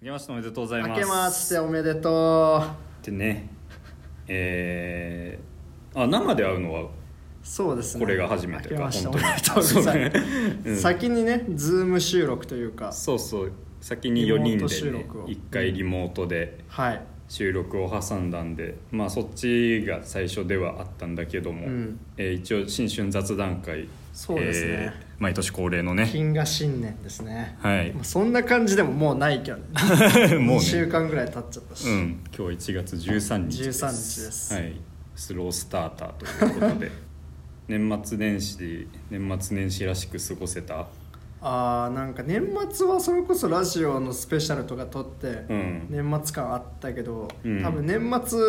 明けましておめでとうございます明けましておめでとでねえー、あ生で会うのはうそうですねこれが初めて明けましてお本め当でにとうございます、 そうねうん先にねズーム収録というかそうそう先に4リ人モート収で、ね録を、 1回リモートではい、収録を挟んだんでまあそっちが最初ではあったんだけども、うんえー一応新春雑談会そうですねえー毎年恒例のね金河新年ですね、はいまあそんな感じでももうないけどね もう2週ね間ぐらい経っちゃったし、うん、今日1月13日です13日ですはい、スロースターターということ で年末年始年末年始らしく過ごせたあーなんか年末はそれこそラジオのスペシャルとか撮って、うん年末感あったけど、うん多分年末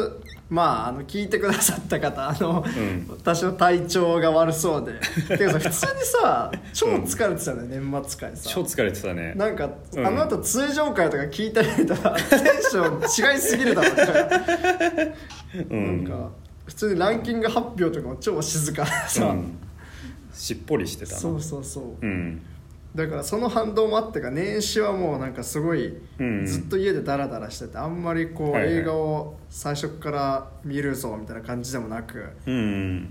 まああの聞いてくださった方あの、ん私の体調が悪そうでていうかさ普通にさ超疲れてたね、年末会さ超疲れてたねなんか、うんあの後通常会とか聞いてないとテンション違いすぎるだろとか、うんなんか普通にランキング発表とかも超静かでさ、うんしっぽりしてたなそうそうそううんだからその反動もあってか年始はもうなんかすごいうんずっと家でダラダラしててあんまりこうはいはい映画を最初から見るぞみたいな感じでもなくっうん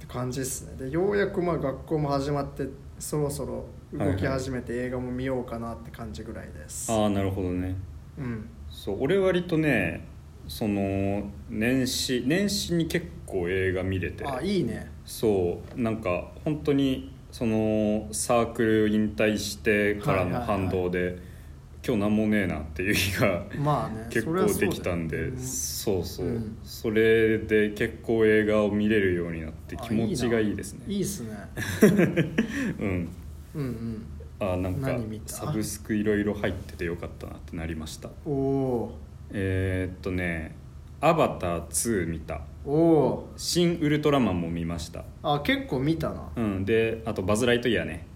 て感じですねでようやくまあ学校も始まってそろそろ動き始めて映画も見ようかなって感じぐらいです、ああなるほどねうんそう俺割とねその年始年始に結構映画見れてあいいねそうなんか本当にそのサークル引退してからの反動で、今日何もねえなっていう日 がまあね結それは構そうだでよきたんでうんそうそう、うんそれで結構映画を見れるようになって気持ちがいいですねあいいっすねうんうんうんあなんか何見たサブスクいろいろ入っててよかったなってなりましたおおえーっとね「アバター2」見たーお「新ウルトラマン」も見ましたーあ結構見たなうんであと「バズ・ライトイヤーね」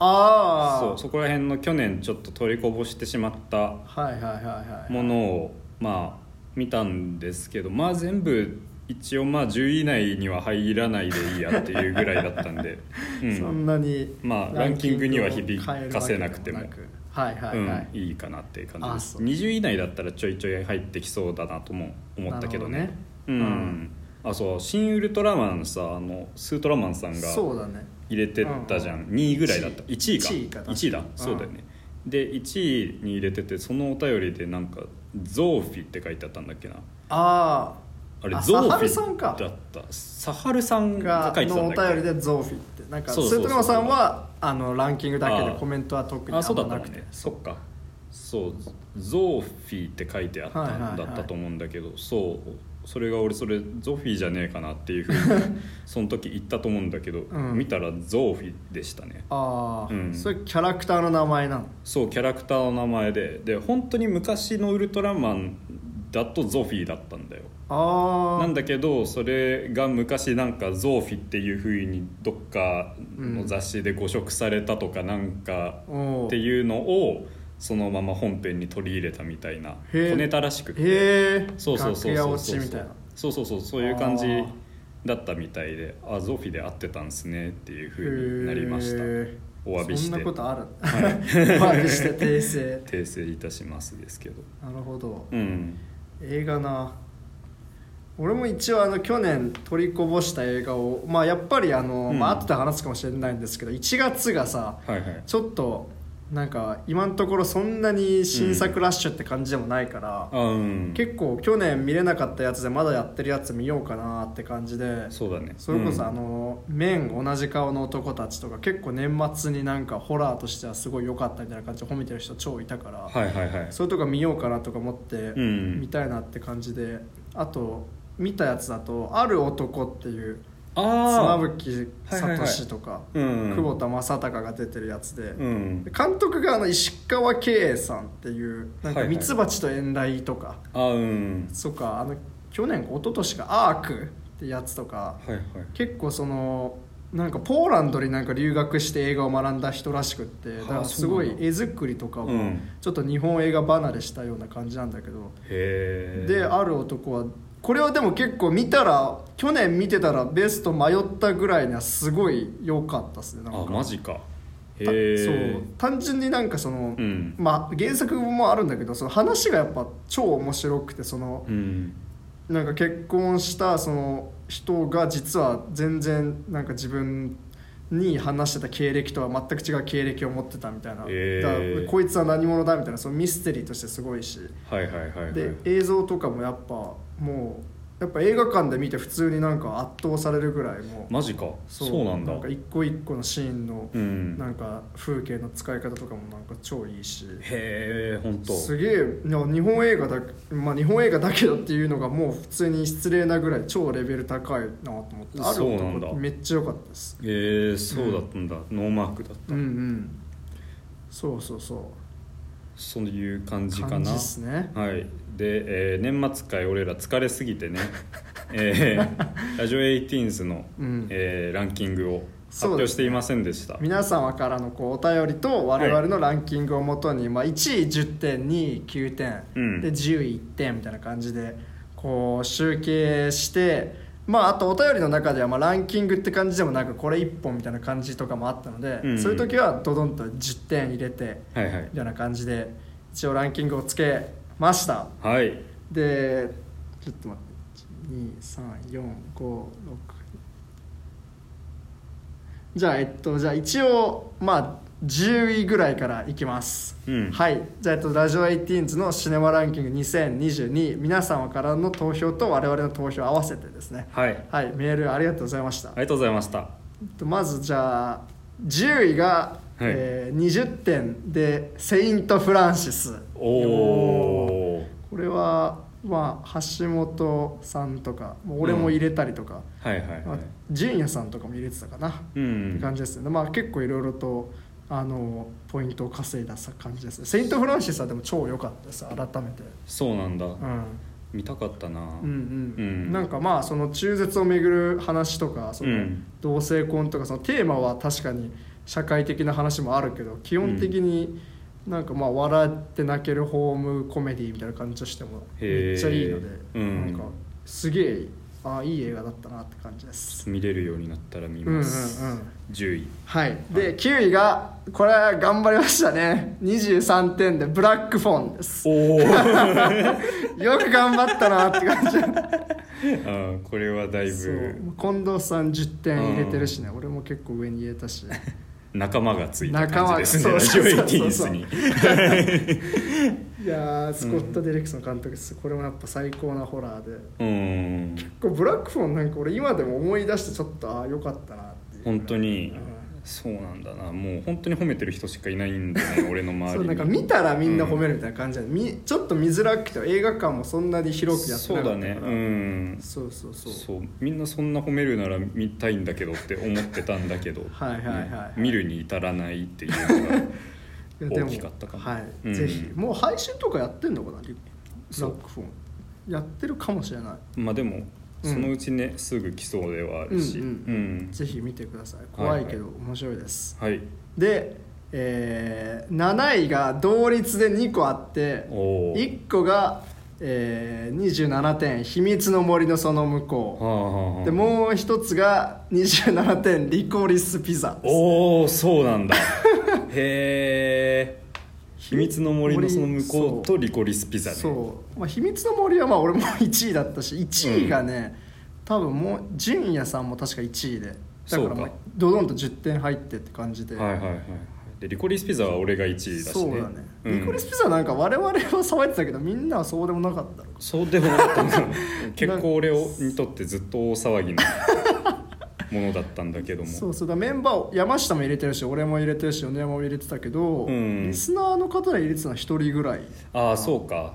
ああそうそこら辺の去年ちょっと取りこぼしてしまったはいはいはいはいものをまあ見たんですけどまあ全部一応まあ10位以内には入らないでいいやっていうぐらいだったん で、うそんんなにまあランキングには響かせなくても変えるわけではいはいはい、うん、いいかなっていう感じであすそう20位以内だったらちょいちょい入ってきそうだなとも思ったけどねなうるほどん、ねあそう「新ウルトラマンさ」あのスートラマンさんがそうだね入れてったじゃん、2位ぐらいだった1位か1位か1位だ、うんそうだよねで1位に入れててそのお便りでなんか「ゾーフィ」って書いてあったんだっけなああれあゾーフサハルさんィだかったサハルさんあがが書いてたのんおだっ便けりでゾーフィってなんかそうそうスそうートラマさんはあのランキングだけあでーコメントは特にああそうんだまったもんなくてねそっかそうゾーフィーって書いてあったん、はいはいはいだったと思うんだけどそうそれが俺それゾフィーじゃねえかなっていうふう にその時言ったと思うんだけど、うん見たらゾーフィーでしたねあうあ、んそれキャラクターの名前なのそうキャラクターの名前でで本当に昔のウルトラマンだとゾフィーだったんだよああなんだけどそれが昔なんかゾーフィーっていうふうにどっかの雑誌で誤植されたとかなんかおってういうのをそのまま本編に取り入れたみたいな小へえネタらしくてへえそうそうそう楽屋そう落そちうみたいなそうそうそうそういう感じあーだったみたいであゾフィーで会ってたんですねっていうふうになりましたへーお詫びしてそんなことある、 お詫びして訂正訂正いたしますですけどなるほどうん映画な俺も一応あの去年取りこぼした映画をまあやっぱりあの、うんまあ後で話すかもしれないんですけど1月がさはいはいちょっとなんか今のところそんなに新作ラッシュって感じでもないから、あうん結構去年見れなかったやつでまだやってるやつ見ようかなって感じでそうだねそれこそうんあの「面同じ顔の男たち」とか結構年末になんかホラーとしてはすごい良かったみたいな感じで褒めてる人超いたから、はいはいはいそういうとこ見ようかなとか思ってうん見たいなって感じで、あと見たやつだと「ある男」っていう妻あ夫木聡とかあうん久保田正孝が出てるやつで、うん監督があの石川圭さんっていうなはんかいはいミツバチと遠雷とか、あうんそうかあの去年か一昨年か「アーク」ってやつとかはいはい結構そのなんかポーランドになんか留学して映画を学んだ人らしくってだからすごはあいそうなんだ絵作りとかもうんちょっと日本映画離れしたような感じなんだけど、へえである男はこれはでも結構見たら去年見てたらベスト迷ったぐらいにはすごい良かったっすねなんあかマジかへたそうえ単純になんかその、うんまあ、原作もあるんだけどその話がやっぱ超面白くてそのうんなんか結婚したその人が実は全然なんか自分に話してた経歴とは全く違う経歴を持ってたみたいな、へーだからこいつは何者だみたいなそのミステリーとしてすごいしはいはいはいはいで映像とかもやっぱもうやっぱ映画館で見て普通になんか圧倒されるぐらいもうマジかそうなんだか一個一個のシーンのうんなんか風景の使い方とかもなんか超いいし、へえ本当すげえいや日本映画だまあ日本映画だけどっていうのがもう普通に失礼なぐらい超レベル高いなと思ってあるそうなんだとこめっちゃ良かったですえー、そうだったんだ、ノーマークだった、うんうんそうそうそそういう感じうかな感じっすねはいで、えー年末会俺ら疲れすぎ てねえーラジオ18ズの、うんえーランキングを発そう表ですねしていませんでした皆様からのこうお便りと我々のランキングをもとに、まあ、1位10点2位9点、うんで10位1点みたいな感じでこう集計して、まあ、あとお便りの中ではまあランキングって感じでもなくこれ1本みたいな感じとかもあったので、うんそういう時はドドンと10点入れてはいはいみたいな感じで一応ランキングをつけましたはいでちょっと待って2345じゃあえっとじゃあ一応まあ10位ぐらいからいきます、うんはいじゃあ、えっと、ラジオ18のシネマランキング2022皆様からの投票と我々の投票合わせてですねはいあはいメールありがとうございました、りがとうございましたえっとまずじゃあ10位が、えー20点で「セイント・フランシス」おおこれはまあ橋本さんとかもう俺も入れたりとか、はいはいまはあい、純也さんとかも入れてたかな、うってん感じですねまあ結構いろいろとあのポイントを稼いださ感じですねセイント・フランシスはでも超良かったです改めて、そうなんだ、うん、見たかったな、うんうんうんなんかまあその中絶をめぐる話とかそのうん同性婚とかそのテーマは確かに社会的な話もあるけど基本的になんかまあ笑って泣けるホームコメディみたいな感じとしてもへーめっちゃいいので、うんなんかすげえあいい映画だったなって感じです。見れるようになったら見うんうんうまんす、10位はい、で9位がこれは頑張りましたね23点でブラックフォンですおお よく頑張ったなって感じうんこれはだいそうぶ近藤さん10点入れてるしね、俺も結構上に入れたし仲間がついた仲感間じですねそうラジそオうそうそ18うにいやースコット・デレクソン監督ですこれもやっぱ最高なホラーでうんこうブラックフォンなんか俺今でも思い出してちょっとああよかったなっていう本当にうんそうなんだなもう本当に褒めてる人しかいないんだよ ね俺の周りそうになんか見たらみんな褒めるみたいな感じで、みちょっと見づらくて映画館もそんなに広くやってそなうかだったかねらうんそうそうそうそうみんなそんな褒めるなら見たいんだけどって思ってたんだけど はいはいはいはいうん見るに至らないっていう のがいやでも大きかったかもはい、うんぜひもう配信とかやってんのかなブラそうックフォンやってるかもしれないまあでもうんそのうちね、すぐ来そうではあるし、うんうんうんぜひ見てくださいはいは怖いいけど面白いです、はいで、えー7位が同率で2個あっておー1個が、えー27点「秘密の森のその向はこあはあはう」あでもう一つが27点「リコリスピザ」ですおおそうなんだ へえ秘密の森のその向こうとリコリスピザねそう、まあ、秘密の森はまあ俺も1位だったし1位がね、多分もう純也さんも確か1位でだからそまうあかドドンと10点入ってって感じで、はいはいはいでリコリスピザは俺が1位だしねそうだね、うんリコリスピザなんか我々は騒いでたけどみんなはそうでもなかったのかそうでもなかったん だ結構俺をにとってずっと大騒ぎなものだったんだけども そうそうだメンバーを山下も入れてるし俺も入れてるし米山も入れてたけど、うんリスナーの方で入れてたのは1人ぐらい、ああそうか、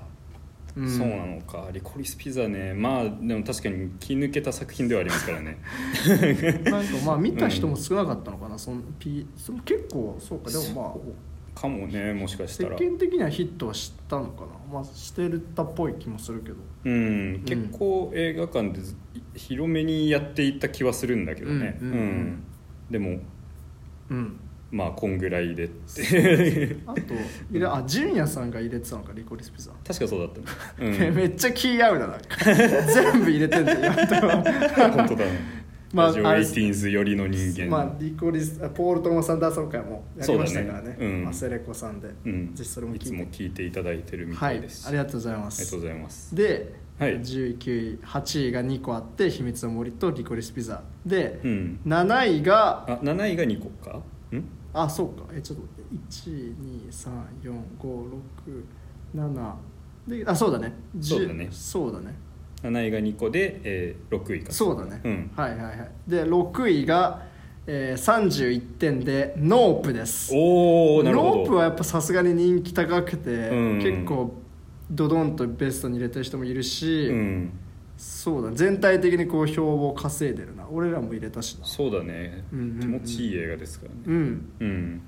うんそうなのかリコリスピザねまあでも確かに気抜けた作品ではありますから ねなんかまあ見た人も少なかったのかな、その P その結構そうかでもまあかもねもしかした世ら間的にはヒットは知ったのかな、まあ、してるったっぽい気もするけど、うん、結構映画館でず広めにやっていった気はするんだけどね、うんうんうんうんでもうん、まあこんぐらいでって あといれあ純也さんが入れてたのかリコリスピザ、確かそうだ ったね、めっちゃ気合うだな全部入れてんだよ うん、本当だねまあラジオあれ18寄りの人間、まあ、リコリスあポール・トーマス・アンダーソン会もやりましたからねそうだねうんまあセレコさんで、うん、ぜひそれも聞いいてつも聞いていただいてるみはたいいです、ありがとうございまありがすとうございますで、はい19位8位が2個あって「秘密の森」と「リコリス・ピザ」で、うん7位があ7位が2個かんあそうかえちょっと待って1234567であそうだねじゅそうだねそうだね7位が2個で、えー、6位かそうだね、うんはいはいはいで6位が、えー、31点でノープですおおなるほどノープはやっぱさすがに人気高くて、うん結構ドドンとベストに入れてる人もいるし、うんそうだ全体的にこう票を稼いでるな俺らも入れたしなそうだね、うんうんうん気持ちいい映画ですからねうんうん、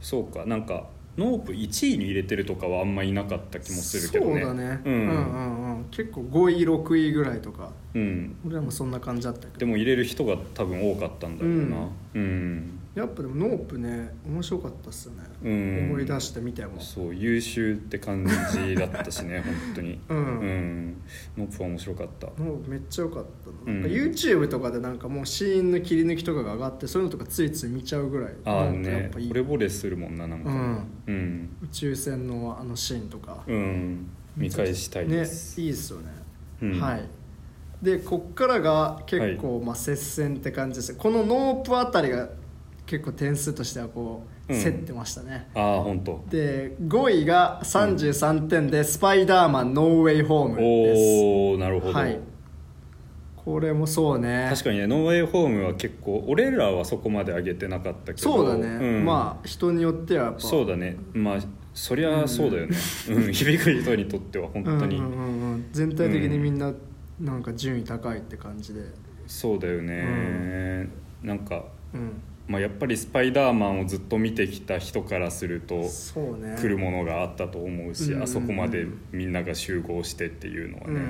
そうかなんかノープ1位に入れてるとかはあんまいなかった気もするけどねそうだね、うんうんうんうん結構5位6位ぐらいとかうん俺らもそんな感じだったけどでも入れる人が多分多かったんだろうなうん、やっぱでもノープね面白かったっすよね、うん思い出してみてもそう優秀って感じだったしね 本当にうんうんノープは面白かったノープめっちゃ良かったうな,、んなんか YouTube とかでなんかもうシーンの切り抜きとかが上がってそういうのとかついつい見ちゃうぐらいああノープやっねぱいい惚れ惚れするもんななんうかん、うん、宇宙船のあのシーンとか、うん見返したいねいいでっす、すよね、うんはいでこっからが結構まあ接戦って感じです、このノープあたりが結構点数としてはこううん競ってましたね、ああ本当で5位が33点で「スパイダーマンノーウェイホーム」でおおなるす、ほど、はい、これもそうね確かにねノーウェイホームは結構俺らはそこまで上げてなかったけどそうだね、んまあ人によってはやっぱそうだねまあそりゃそうだよね、うん、 響く人にとっては本当に、うんうんうんうん、全体的にみんななんか順位高いって感じでそうだよね、なんか、うんまあ、やっぱり「スパイダーマン」をずっと見てきた人からするとそうね来るものがあったと思うし、うんあそこまでみんなが集合してっていうのはね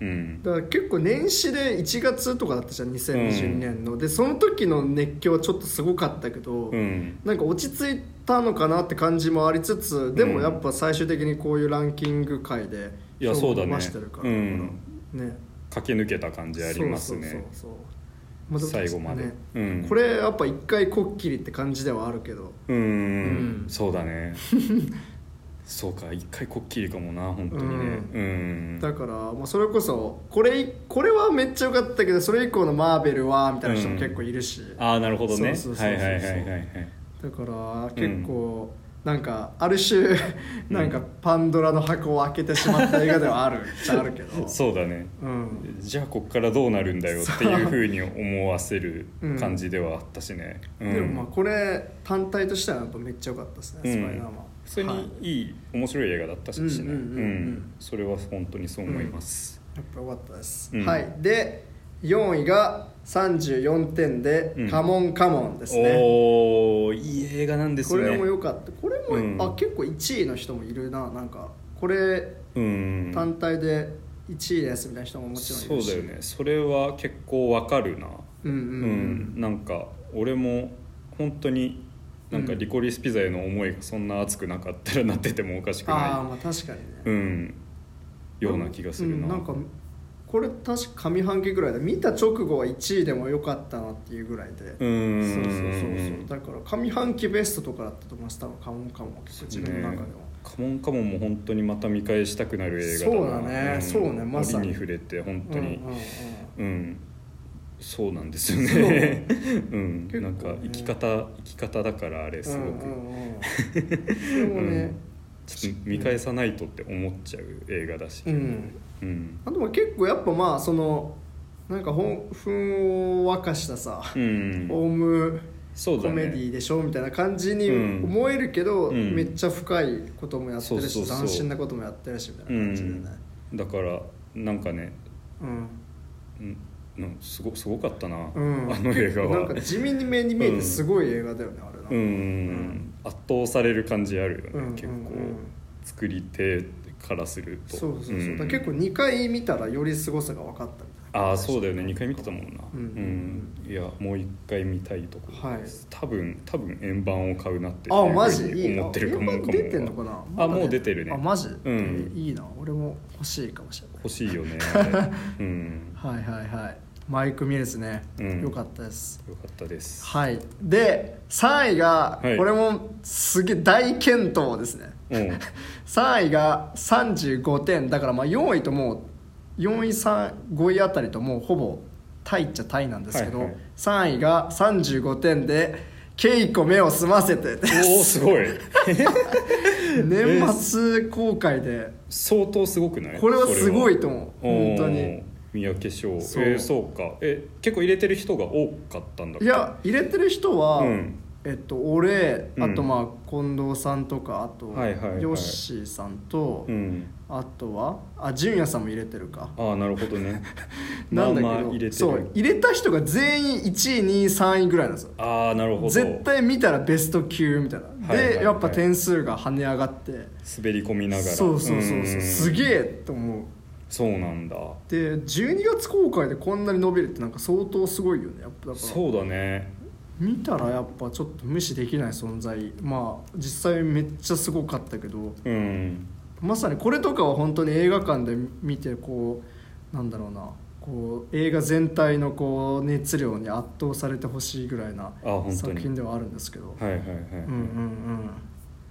うん、だから結構年始で1月とかだったじゃん2022年の、でその時の熱狂はちょっとすごかったけど、うんなんか落ち着いたのかなって感じもありつつでもやっぱ最終的にこういうランキング界でいやそうだねましてるから、うんね駆け抜けた感じありますねそうそうそうそう最後まで、ねうん、これやっぱ一回こっきりって感じではあるけどうーんうんそうだ ねそうか一回こっきりかもな本当にねうんだから、まあ、それこそこれこれはめっちゃ良かったけどそれ以降のマーベルはみたいな人も結構いるし、ああなるほどねそうそうそうそうはいはいはいはいはいだから結構、なんかある種なんかパンドラの箱を開けてしまった映画ではあるっちゃあるけ どそうだねうん、じゃあこっからどうなるんだよっていうふうに思わせる感じではあったしね、うんでもまあこれ単体としてはやっぱめっちゃ良かったですね、うんスパイダーマン普通にいい、面白い映画だったしね、うんうんうんうんうんそれは本当にそう思います、やっぱ良かったです、うんはいで4位が34点で「うんカモンカモン」ですね、おおいい映画なんですこよねれも良かったこれも、うんあ結構1位の人もいるななんかこれうん単体で1位ですみたいな人ももちろんいそうるしだよねそれは結構わかるなうんうんうん、うんなんか俺も本当になんかうんリコリスピザへの思いがそんな熱くなかったらなっててもおかしくあなあまあ確かにね、い、うん、ような気がするな,、うんなんかこれ確か上半期ぐらいだ見た直後は1位でも良かったなっていうぐらいで、うーんそうそうそうそうだから上半期ベストとかだったと思います多分カモンカモンは結構自分の中でも、カモンカモンも本当にまた見返したくなる映画だなそうだねそうねまさ折にに触れて本当にうんうんうんうん、そうなんですよね うん、結構ねなんか生き方生き方だからあれすごく、うんうんうんそれもね、ちょっと見返さないとって思っち ゃう映画だしうんうんあとは結構やっぱまあそのなんかほん憤を沸かしたさ、うんホームそうコだメデねィでしょみたいな感じにうん思えるけど、うんめっちゃ深いこともやってるしそうそうそう斬新なこともやってるしみたいな感じでね、だからなんかねうんうんうんすごすごかったな、うんあの映画なんはか地味に目に見えてすごい映画だよね、あれな、うん、圧倒される感じあるよね、うんうん結構、うん作り手からするとそうそうそう、んだから結構2回見たらよりすごさが分かったみたいなああそうだよね2回見てたもんなうんうんいやもう1回見たいところです、多分多分円盤を買うなってあいうふうにマジいいな思ってるかも円盤出てんのかな、あまだもう出てるねあマジ、うんいいな俺も欲しいかもしれない 欲しいよねあれうんはいはいはいマイク・ミルズね、うんよかったですよかったですはいで3位が、はいこれもすげえ大健闘ですねうん3位が35点だからまあ4位ともう4位3 5位あたりともうほぼタイっちゃタイなんですけど、はいはい3位が35点で「稽古目を澄ませて」おおす ごい年末公開で相当すごくないこれはすごいいと思うおー本当に三宅翔そうえーそうかえ結構入れてる人が多かったんだっけいや入れてる人は、うんえっと俺うんあとまあ近藤さんとかあとはいはいはいヨッシーさんと、うんあとはあ純也さんも入れてるかああなるほど ねなんだけど、まあまあ入れてるそう入れた人が全員1位2位3位ぐらいなんですよああなるほど絶対見たらベスト9みたいはな、いはいはでいやっぱ点数が跳ね上がって滑り込みながらそうそうそうそうすげええと思うそうなんだで12月公開でこんなに伸びるってなんか相当すごいよねやっぱだからそうだね見たらやっぱちょっと無視できない存在まあ実際めっちゃすごかったけどうんまさにこれとかは本当に映画館で見てこうなんだろうなこう映画全体のこう熱量に圧倒されてほしいぐらいなあ本当に作品ではあるんですけどはいはいはい、うんうんうん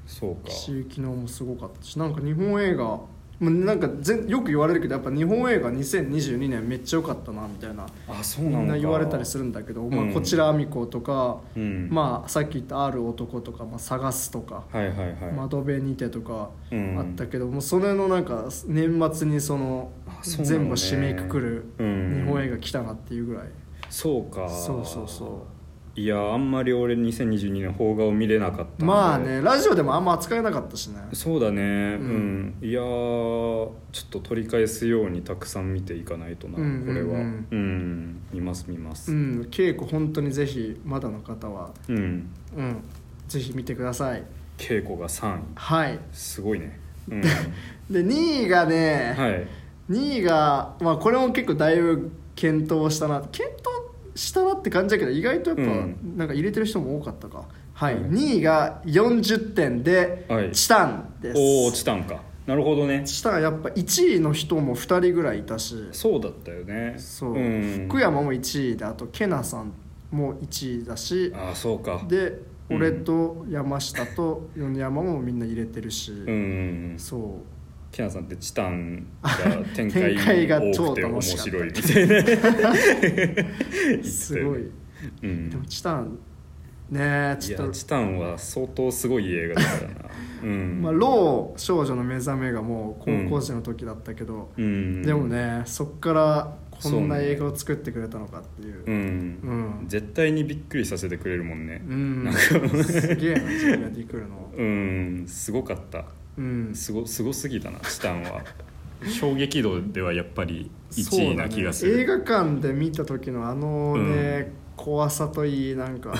そうか岸井昨日もすごかったしなんか日本映画もうなんか全よく言われるけどやっぱ日本映画2022年めっちゃ良かったなみたいなあそうみなのかんな言われたりするんだけど、うんまあ、こちらあみ子とか、うんまあ、さっき言った「ある男」とか「まあ、探す」とかはいはい「はい、窓辺にて」とかうんあったけど、もうそれのなんか年末にそのあそうなのね全部締めくくるうん日本映画来たなっていうぐらい、そうかそうそうそういやあんまり俺2022年邦画を見れなかったんでまあねラジオでもあんま扱えなかったしねそうだねうんん、いやーちょっと取り返すようにたくさん見ていかないとな、うんこれはううんん、見ます見まうすん稽古本当にぜひまだの方はうんうんぜひ見てください稽古が3位はいすごいねうん で2位がね、 はい2位が、まあ、これも結構だいぶ検討したな検討したなって感じだけど意外とやっぱ、うんなんか入れてる人も多かったかはい、はい2位が40点で、はいチタンですおおチタンかなるほどねチタンはやっぱ1位の人も2人ぐらいいたしそうだったよねそう、ん、福山も1位であとケナさんも1位だしああそうかでうん俺と山下と米山もみんな入れてるし、うんうんうんそうキナさんってチタンが展開展開が多超くて面楽しかった白いみたいなすごい、うんでもチタンねえいちょっやとチタンは相当すごい映画だからなうん、まあ、ロー少女の目覚めがもう高校生の時だったけど、うん、でもねそっからこんなそうね映画を作ってくれたのかっていうう、うんん、絶対にびっくりさせてくれるもんねうんすげえな自分ができるのうんすごかったうんすごすごすぎたなチタン は衝撃度ではやっぱりそう1位だなね気がする、映画館で見た時のあのね、怖さといいな んか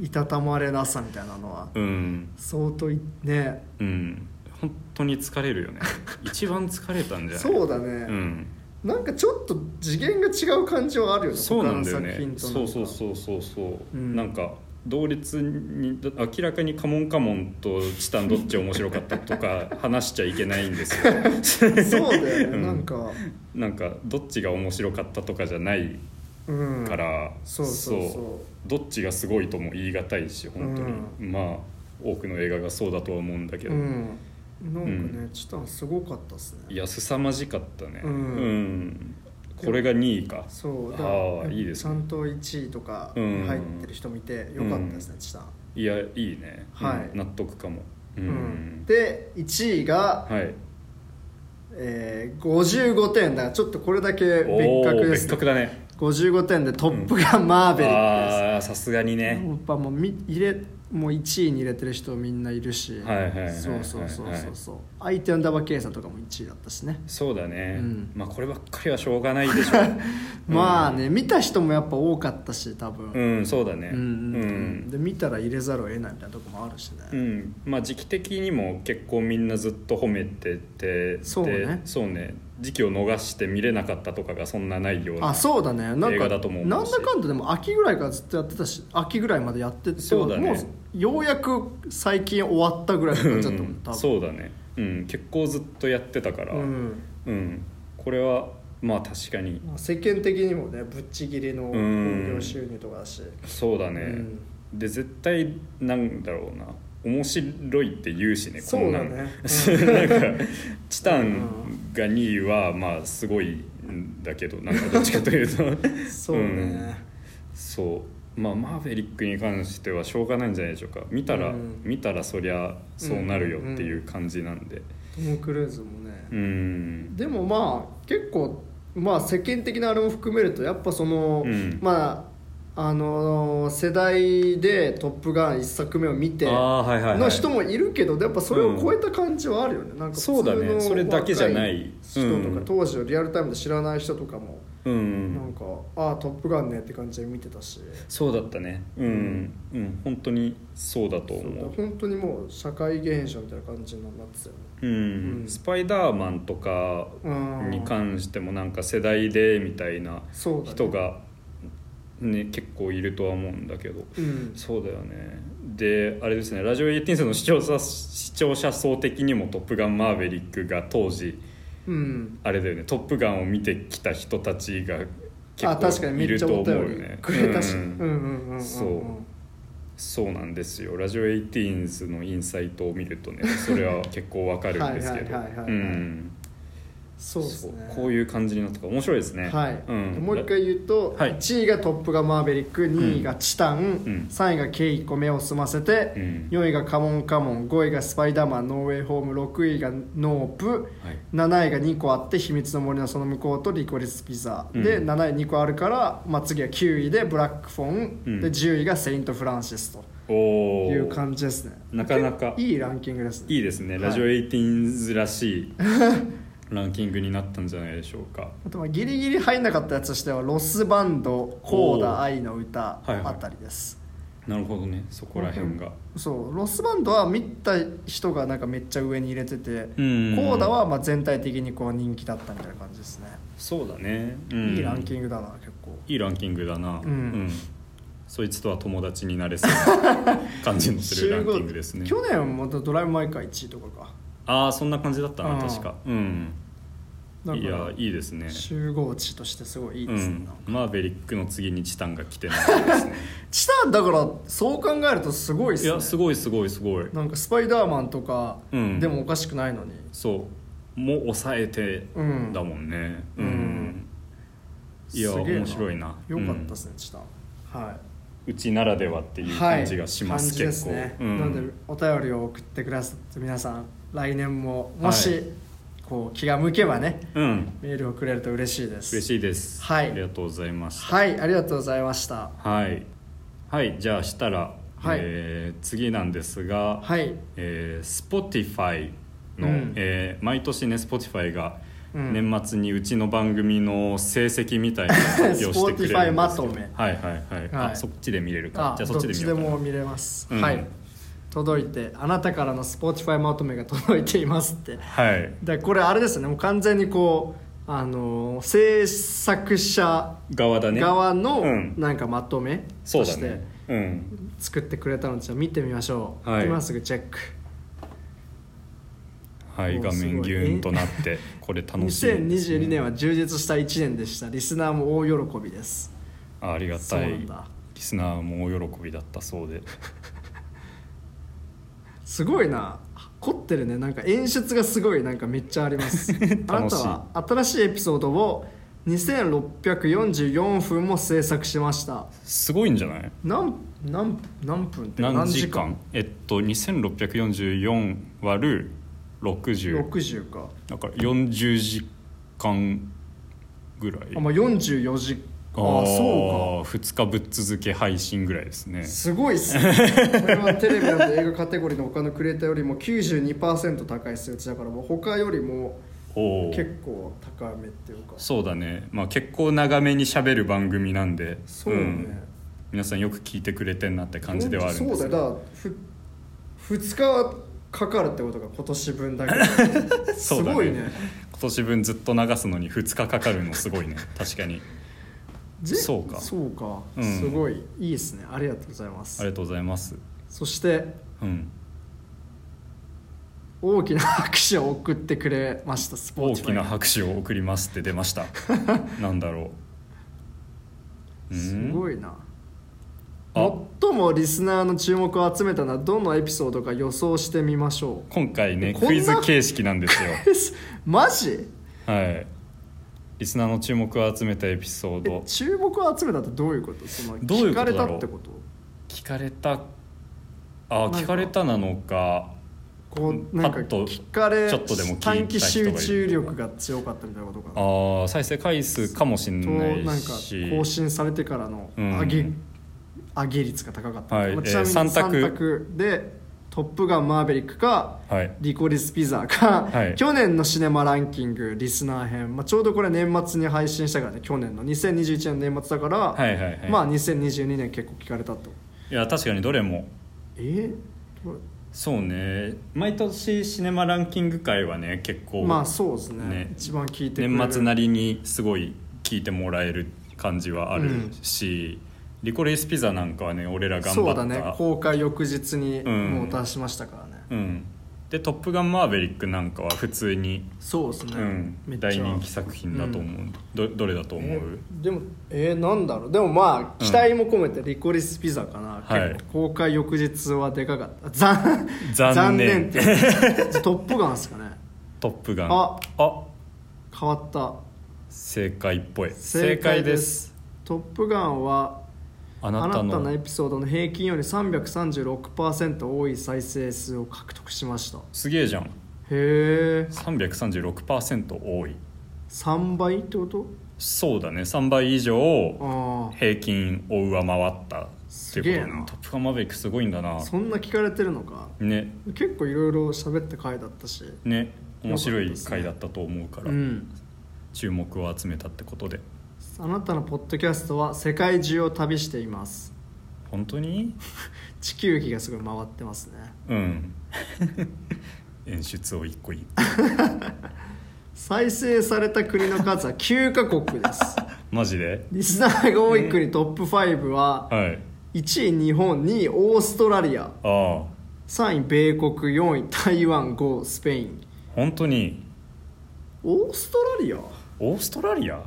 いたたまれなさみたいなのはうん相当いねうん本当に疲れるよ ね一番疲れたんじゃないそうだね、うん、なんかちょっと次元が違う感じはあるよねそうなんだよ他の作ね品となんそかうそうそうそうそう、うんなんか同率にだ明らかに「カモンカモン」と「チタンどっち面白かった」と か話しちゃいけないんですよそうだようね、んなんかなんかどっちが面白かったとかじゃないうんから、そうそうそうどっちがすごいとも言い難いし本当に、まあ多くの映画がそうだとは思うんだけど、うんなんかね、うチタンすごかったっすねいや凄まじかったねうんんこれが2位かそうだああいいですちゃんと1位とかうん入ってる人見てよかったですね、うチタン、いやいいね、うんはい納得かもうんで1位が、はいえー、55点だからちょっとこれだけ別お格ーで別す、格だね55点で「トップガンマーベリック」です、ああさすがにねやっぱもうみ入れもう1位に入れてる人みんないるし、はいはいはいはいはいそうそうそうそうそう相手のダバケイさんとかも1位だったしねそうだね、うんまあこればっかりはしょうがないでしょ うまあね見た人もやっぱ多かったし多分、うんそうだねうんううんうん、んで見たら入れざるを得ないみたいなとこもあるしね、うんまあ時期的にも結構みんなずっと褒めててそうねでそうね時期を逃して見れなかったとかがそんなないようなあそうだねなん映か画だとも思うしなんだかんだでも秋ぐらいからずっとやってたし秋ぐらいまでやっててそうだねもうようやく最近終わったぐらいの感じだとう思う多ん分そうだねうん結構ずっとやってたからうんうんこれはまあ確かにまあ世間的にもねぶっちぎりの興ん行収入とかだし、そうだうね、んで絶対なんだろうな面白いって言うしねこそんうなだんね、なんかチタンが2位はまあすごいんだけどなんかどっちかというと うんそうね、そうまあマーヴェリックに関してはしょうがないんじゃないでしょうか見たら、うん見たらそりゃそうなるよっていう感じなんでトム・クルーズもね、うんでもまあ結構まあ世間的なあれも含めるとやっぱその、うんまああの世代で「トップガン」1作目を見てあのあはいはい、はい、人もいるけどやっぱそれを超えた感じはあるよね、なんかそうだね普通のそれだけじゃない若い人とか、うん当時をリアルタイムで知らない人とかも、うんなんか「ああトップガンね」って感じで見てたしそうだったねうんうん本当にそうだとそうだ思う本当にもう社会現象みたいな感じになってたよねうんうんスパイダーマンとかうんに関してもなんか世代でみたいなそうだね人が、ね、結構いるとは思うんだけどうんそうだよねであれですねラジオ18世の視聴者視聴者層的にも「トップガンマーヴェリック」が当時うんあれだよね「トップガン」を見てきた人たちがあ確結か構にいめっるちゃとお思う便よりねくれたし、うんうんうんうんんんそうそうなんですよラジオ18 s のインサイトを見る とねそれは結構わかるんですけどはいはいはいはいはいうんそうですねこういう感じになったから面白いですねはい、うん、もう一回言うと、はい1位が「トップガンマーヴェリック」2位が「チタン」ん3位が「ケイコ目を澄ませて」うん4位が「カモンカモン」5位が「スパイダーマンノーウェイホーム」6位が「ノープ」はい7位が2個あって「秘密の森のその向こう」と「リコリスピザ」でうん7位2個あるから、まあ、次は9位で「ブラックフォン」うんで10位が「セイント・フランシス」とおいうー感じですねなかなかいいランキングですねいいですね、はいラジオ18ズらしいランキングになったんじゃないでしょうかあとまあギリギリ入んなかったやつとしてはロスバンド「コーダ愛の歌」おーはいはいあたりです、なるほどねそこら辺がそうロスバンドは見た人がなんかめっちゃ上に入れてて、うんコーダはまあ全体的にこう人気だったみたいな感じですね、そうだね、うんいいランキングだな結構いいランキングだな、うんそいつとは友達になれそうな感じのするランキングです ね集合去年もまたドライブ・マイカー1位とかかああそんな感じだったなうん確かうんだからいやいいですね集合値としてすごいいいうですね、ん、マーベリックの次にチタンが来てないですねチタンだからそう考えるとすご いでいすねやすごいすごいすごいなんかスパイダーマンとかうんでもおかしくないのに、そうもう抑えてうんだもんねうんいやすげえ面白いなよかったうんですね、チタンはうちならではっていいう感じがします、はい、感じです結構、ねうんなのでお便りを送ってくださって皆さん来年ももし、はいこう気が向けばねうんメールをくれると嬉しいです嬉しいです、はいありがとうございましたはいありがとうございましたはい、はい、じゃあしたら、はいえー次なんですが、はいえー、Spotify の、うんえー毎年ね Spotify がうん年末にうちの番組の成績みたいなのを発表してくれるんですけど Spotify まとめはいはいはい、はいあそっちで見れるかあじゃあそどっっちで見ちよでうかなも見れます、うんはい届いてあなたからの Spotify まとめが届いていますってはいでこれあれですねもう完全にこうあのー制作者側だね側のうんなんかまとめそとうだして、ねうん作ってくれたのでじゃあ見てみましょう、はい今すぐチェックはいも画うすごい面ギューンとなってこれ楽しいですね2022年は充実した1年でしたリスナーも大喜びですあありがそうたないんリだスナーも大喜びだったそうですごいな凝ってるねなんか演出がすごいなんかめっちゃあります あなたは新しいエピソードを2644分も制作しましたすごいんじゃない何何何分って何時間えっと2644割る60 60かだから40時間ぐらいあ、まあ、44時ああそうか2日ぶっ続け配信ぐらいですねうかすごいっすねこれはテレビなど映画カテゴリーの他のクリエイターよりも92%高い数値だからもう他よりもおお結構高めっていうかそうだね、まあ、結構長めに喋る番組なんでそうね、ん皆さんよく聞いてくれてんなって感じではあるんですそうけだどよだ2日はかかるってことが今年分だけ すそうだねごいね今年分ずっと流すのに2日かかるのす ごいね確かにぜそうかそうか、うんすごいいいですねありがとうございまあすりがとうございますそしてうん大きな拍手を送ってくれましたスポー大ツきな拍手を送りますって出ましたなんだろうすいごいなあ最もリスナーの注目を集めたのはどのエピソードか予想してみましょ今回ねこんなクイズ形式なんですよう えすマジはいリスナーの注目を集めたエピソーえド注目を集めたってどういうことそのどういう聞こかとれただろうってこと聞かれたあなんか聞かれたなのかこうなんかパッと聞かれちょっとでも聞いた人がいる短期集中力が強かったみたいなことかなああ再生回数かもしんとないなんかし更新されてからのうん上げ,、上げ率が高かった、はいまあえーちなみに三択3択で「トップガンマーヴェリック」かはい「リコリス・ピザ」か、はい去年のシネマランキングリスナー編、まあ、ちょうどこれ年末に配信したからね去年の2021年の年末だから、はいはいはい、まあ2022年結構聞かれたといや確かにどれもえーこそうね毎年シネマランキング会はね結れ構まあそうですねね一番聞いてくれる年末なりにすごい聞いてもらえる感じはあるし、リコレイスピザなんかはね俺ら頑張そっうただね公開翌日にもう出しましたからね、うん、で「トップガンマーヴェリック」なんかは普通に、そうですね、うんめっちゃ大人気作品だと思う、どどれだと思えうでもえー、なんだろうでもまあうん期待も込めてリコリスピザかな、はい結構公開翌日はでかかった残残念っていうトップガンですかねトップガンああ変わった正解っぽいトップガンはああななたたののエピソードの平均より336%多い再生数を獲得しましたへすげえじゃんえ336%多い3倍ってことそうだね3倍以上ああ平均を上回ったってすいげえうことなトップガンマーヴェリックすごいんだなそんな聞かれてるのかね結構いろいろ喋った回だったしね面白いよかったですね回だったと思うから、うん注目を集めたってことであなたのポッドキャストは世界中を旅しています本当に地球儀がすごい回ってますねうん 演出を一個一個再生された国の数は9カ国ですマジでリスナーが多い国トップ5ははい1位日本2位オーストラリアああ3位米国4位台湾5位スペイン本当にオーストラリアオーストラリア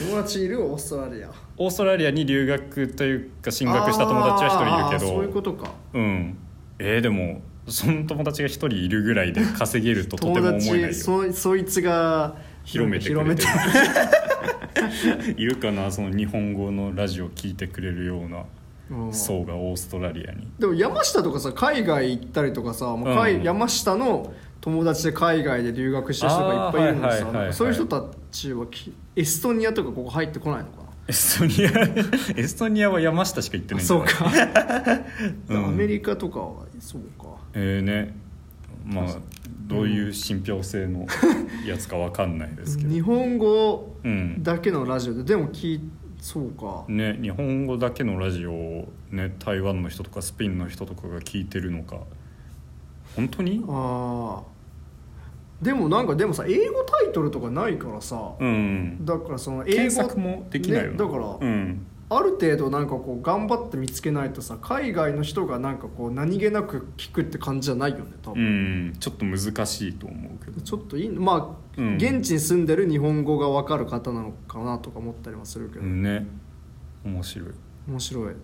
友達いるオーストラリアオーストラリアに留学というか進学した友達は一人いるけあーどそういうことかうんえー、でもその友達が一人いるぐらいで稼げるととて友も思えない達よそそいつが広めてくれ広めててる いるかなその日本語のラジオ聞いてくれるようなうん層がオーストラリアにでも山下とかさ海外行ったりとかさ、もう海うん山下の友達で海外で留学した人がいっぱいいるのにあーさはいはいはいなんかそういう人たちはきエストニアとかここ入ってこないのかなエストニア エストニアは山下しか行ってあないんじゃそうない か、うんアメリカとかはそうかえー、ねまあどういう信憑性のやつかわかんないですけど日本語うんだけのラジオででも聞いそうかね日本語だけのラジオをね台湾の人とかスペインの人とかが聞いてるのか本当にあーでもなんかでもさ英語タイトルとかないからさ、うんだからその英検語索もできないよ、ね、ねだからうんある程度なんかこう頑張って見つけないとさ海外の人がなんかこう何気なく聞くって感じじゃないよね多う分、んちょっと難しいと思うけどちょっといいのまあ、うん現地に住んでる日本語が分かる方なのかなとか思ったりもするけうど、んね面白い面白い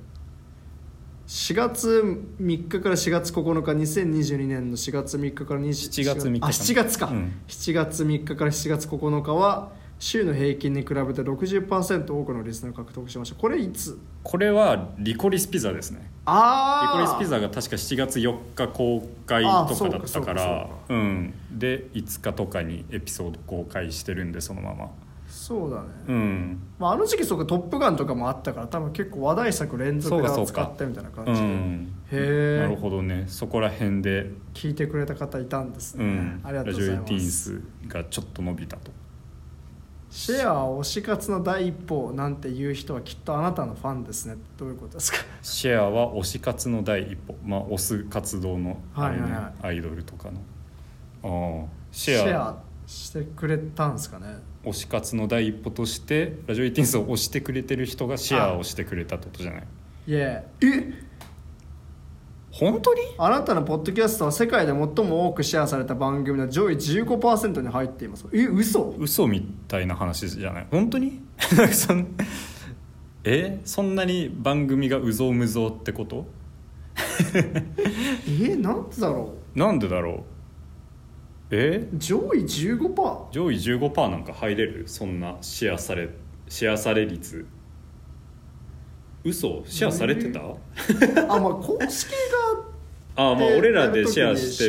4月3日から4月9日2022年の4月3日から20 7月3日あ7月か、うん7月3日から7月9日は週の平均に比べて60%多くのリスナーを獲得しましたこれいつこれはリコリスピザですねリコああリスピザが確か7月4日公開あとかだったからそうかそうかそううんで5日とかにエピソード公開してるんでそのままそうだねうんまあ、あの時期そうか「トップガン」とかもあったから多分結構話題作連続で扱ったみたいな感うじで、んへえなるほどねそこら辺で聞いてくれた方いたんですうね、んありがとラうジごオざいエティまーンすスがちょっと伸びたとシェアは推し活の第一歩なんていう人はきっとあなたのファンですねどういうことですかシェアは推し活の第一歩まあ推す活動のあれねはいはいはいアイドルとかのああシェアしてくれたんですかね推し活の第一歩としてラジオエティーンスを推してくれてる人がシェアをしてくれたってことじゃないいええ本当にあなたのポッドキャストは世界で最も多くシェアされた番組の上位15%に入っていますえ嘘嘘みたいな話じゃない本当に なんかそんえそんなに番組がうぞうむぞうってことえなんでだろなんでだろうえう上位 15%? 上位15%なんか入れるそんなシェアされシェアされ率嘘シェアされてた、あまあ公式がああまあで俺らでやる時にシ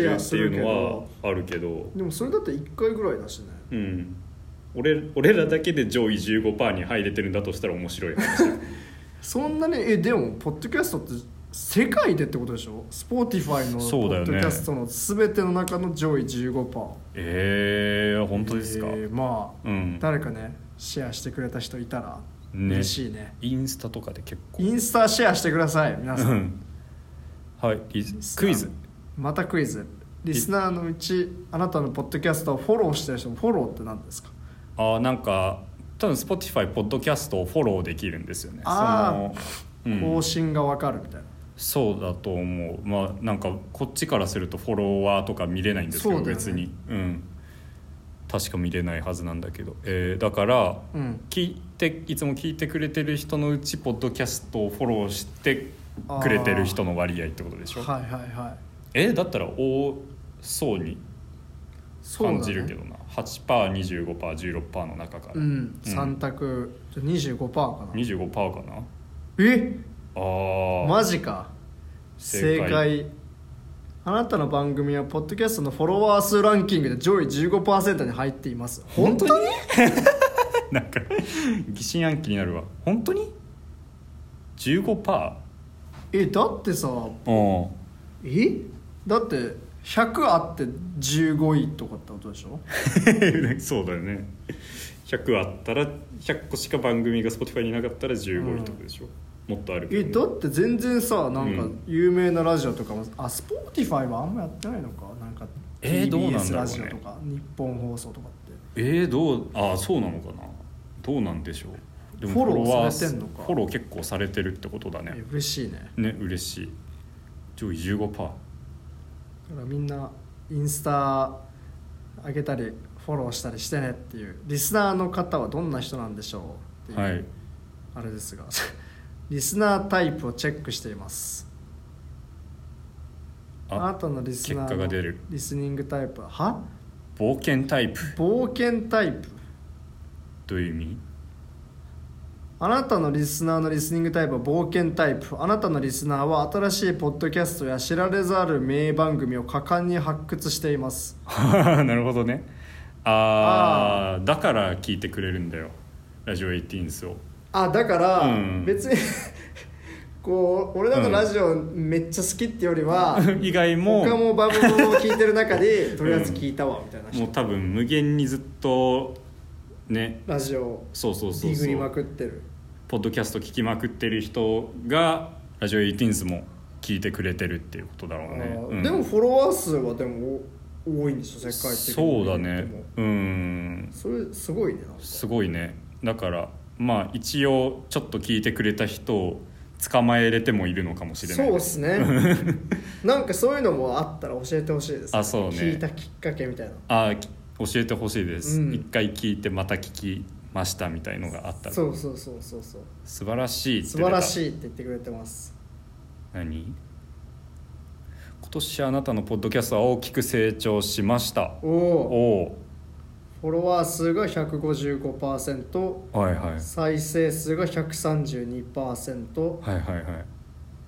ェアしてるっていうのはあるけどでもそれだって1回ぐらいだしねうん俺俺らだけで上位15%に入れてるんだとしたら面白い話そんなにえでもポッドキャストって世界でってことでしょスポーティファイのポそうだよッねドキャストの全ての中の上位15% えー、本当ですか、えーまあうん誰かねシェアしてくれた人いたらね嬉しいねインスタとかで結構インスタシェアしてください皆さうんんはいリズクイズまたクイズリスナーのうちあなたのポッドキャストをフォローしてる人フォローって何ですかあーなんか多分 Spotify ポッドキャストをフォローできるんですよねあーその、う方ん、針が分かるみたいな、そうだと思うまあなんかこっちからするとフォロワーとか見れないんですけど、そうだよね別にうん確か見れないはずなんだけど、えーだからうん聞いていつも聞いてくれてる人のうちポッドキャストをフォローしてくれてる人の割合ってことでしょはいはいはいえーだったら多そうにそうだね感じるけどな、8%25%16% の中から、うん、3択じゃあ25%かな25%かなえあー、マジか正正解解あなたの番組はポッドキャストのフォロワー数ランキングで上位15%に入っています本当に なんか疑心暗鬼になるわ本当に 15%? えだってさうんえだって100あって15位とかってこと でしょそうだよね100あったら100個しか番組が Spotify になかったら15位とかでしょ、もっとあるけえどだね、って全然さなんかうん有名なラジオとかも、あスポーティファイはあんまやってないのかなんかえーどうなんだろう TBS ねラジオとか、日本放送とかってえーどうああそうなのかなどうなんでしょうでもフォローフォロワーされてんのかフォロー結構されてるってことだねえ嬉しいねね嬉しい上位15%だからみんなインスタ上げたりフォローしたりしてねっていうリスナーの方はどんな人なんでしょうっていう、はいあれですが リスナータイプをチェックしていますあなあたのリスナ結果が出ーのるリスニングタイプはは冒険タイプ冒険タイプどういう意味あなたのリスナーのリスニングタイプは冒険タイプあなたのリスナーは新しいポッドキャストや知られざる名番組を果敢に発掘しています なるほどねああだから聞いてくれるんだよラジオ18スを あだから、うん別に こう俺らのラジオめっちゃ好きってよりは、以外も他ももバブルを聞いてる中でとりあえず聞いたわみたいな人、う多分無限にずっとねラジオそうそうそデうィそグりまうくってるポッドキャスト聞きまくってる人がラジオ18スも聞いてくれてるっていうことだろうね、あーうんでもフォロワー数はでもお多いんでしょ世界的にそうだでねもうんそれすごいねなんかすごいねだからまあ一応ちょっと聞いてくれた人を捕まえれてもいるのかもしれないそうですね なんかそういうのもあったら教えてほしいですあそうね聞いたきっかけみたいなあーき教えてほしいですうん一、回聞いてまた聞きましたみたいのがあったらそうそうそうそうそう素晴らしいって素出た晴らしいって言ってくれてます何今年あなたのポッドキャストは大きく成長しましたおおおおフォロワー数が155%ーはいはい再生数が132%はいはいはい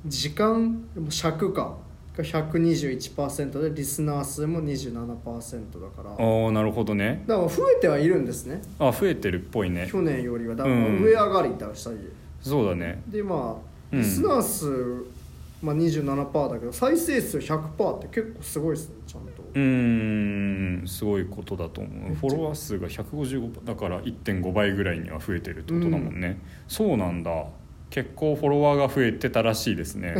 時間でも尺かが121%でリスナー数も27%だからだかおーなるほどねら増えてはいるんですねあ増えてるっぽいね去年よりはだからうん上上がりだしたり、そうだねでまあうんリスナー数、まあ、27%だけど再生数100%って結構すごいですねちゃんと、うーんすごいことだと思めうっちフゃォロワー数が155だから1.5倍ぐらいには増えてるってことだもんね、そうなんだ結構フォロワーが増えてたらしいです ね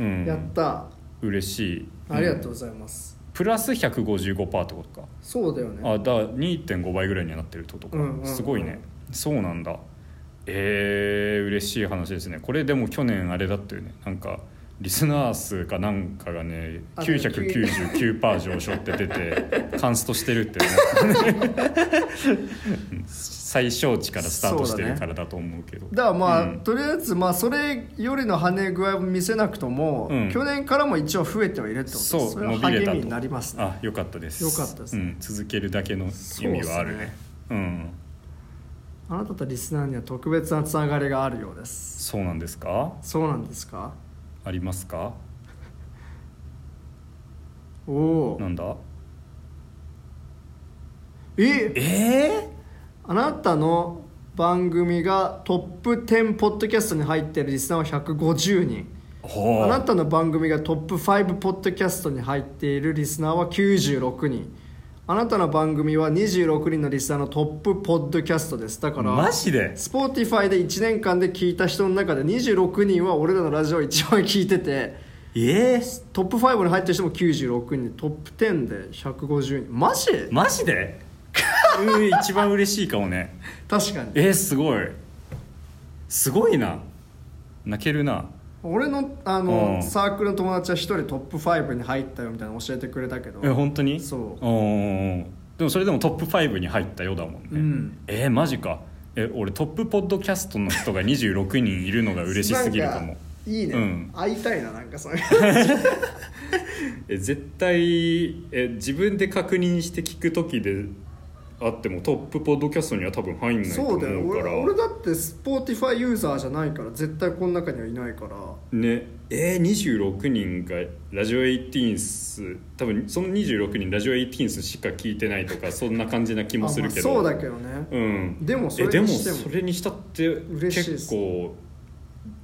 うんやった嬉しいありがうとうんございます、プラス155%ってことかそうだよねあだ2.5倍ぐらいにはなってるってことか、うんうんうんすごいねそうなんだえー、嬉しい話ですねこれでも去年あれだったよねなんかリスナー数かなんかがねあの999%上昇って出 てカンストしてるって、ね、 うん最小値からスタートしてるからだと思うけどだからまあ、うんとりあえずまあそれよりの跳ね具合を見せなくとも、うん去年からも一応増えてはいるってことですそうれは伸びれたと励みになりますねあ良かったです良かったですうねん、続けるだけの意味はあるねうんあなたとリスナーには特別なつながりがあるようですそうなんですかそうなんですかありますかおおなんだええあなたの番組がトップ10ポッドキャストに入ってるリスナーは150人ー、あほなたの番組がトップ5ポッドキャストに入っているリスナーは96人あなたの番組は26人のリスナーのトップポッドキャストですだからマジで Spotify で1年間で聞いた人の中で26人は俺らのラジオを一番聞いててええトップ5に入ってる人も96人トップ10で150人マジマジでうん一番嬉しいかもね確かにえー、すごいすごいな泣けるな俺のあうの、んサークルの友達は1人トップ5に入ったよみたいなの教えてくれたけどえ本当にそうんんでもそれでもトップ5に入ったようだもんね、うんえーマジかえ俺トップポッドキャストの人が26人いるのが嬉しすぎるかなんもいいね、うん会いたいななんか それえ絶対え自分で確認して聞く時であってもトップポッドキャストには多分入んないとそ思ううかだよ俺ら俺だって Spotify ユーザーじゃないから絶対この中にはいないからねえー、26人がラジオ18ス多分その26人ラジオ18スしか聞いてない とかそんな感じな気もするけどあまあそうだけどねうんでもそれえでもにしてもそれにしたって嬉しいっ結す構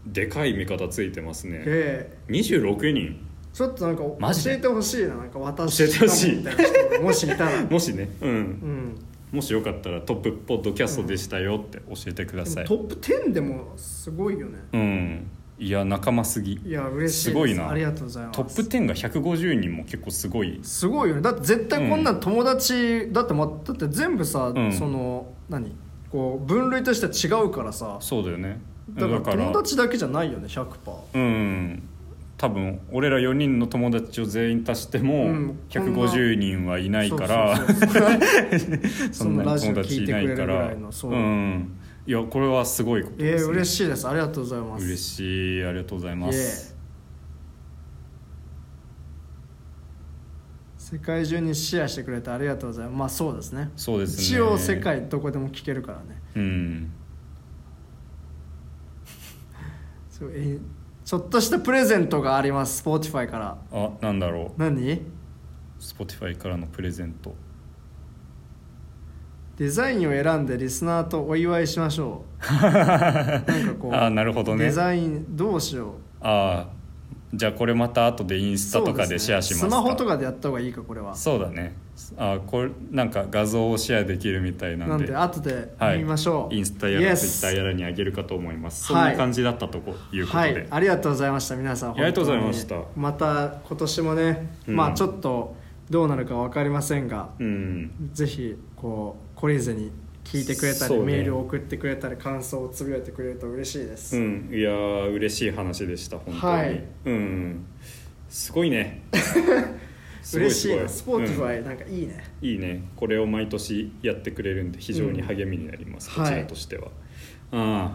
でかい味方ついてますねええ26人ちょっとなんかマジ教でえてほしいななんか私教えてほしいみたいな人がもしいたら もしね、う、うんんもしよかったらトップポッドキャストでしたよって教えてくだでさもいトップ10でもすごいよねうんいや仲間すぎいや嬉しいですすごいなありがとうございますトップ10が150人も結構すごいすごいよねだって絶対こんなん友達、だってまだって全部さ、うんその何こう分類として違うからさそうだよねだから友達だけじゃないよね100%うん多分俺ら4人の友達を全員足してもうん150人はいないから、そうそうそう そんなに友達いないかそんなラジオ聞いてくれるらぐらいのそううんいやこれはすごいことえです、ー、ね嬉しいですありがとうございます嬉しいありがとうございます、世界中にシェアしてくれてありがとうございますまあそうですねそうですね一応世界どこでも聞けるからねうんそうえーちょっとしたプレゼントがあります Spotify からあなんだろう何 Spotify からのプレゼントデザインを選んでリスナーとお祝いしましょうなんかこ うあなるほどねデザインどうしようああじゃあこれまた後でインスタとかでそうすねシェアしますかスマホとかでやった方がいいかこれはそうだねあーこれなんか画像をシェアできるみたいなんでなんで後ではい見ましょう、インスタやら Yes ツイッターやらにあげるかと思いますそんはいな感じだったとこいうことはで、いありがとうございました皆さんありがとうございました本当にまた今年もね、うんまあちょっとどうなるか分かりませんが、うんぜひこう懲りずに聞いてくれたそり、うねメールを送ってくれたり感想をつぶやいてくれると嬉しいです、うん、いやー嬉しい話でした本当に、はいうんすごいねすご 嬉しいなすスポごーツうんはなんかいいね、いいねこれを毎年やってくれるんで非常に励みになります、うんこちらとしては、ああ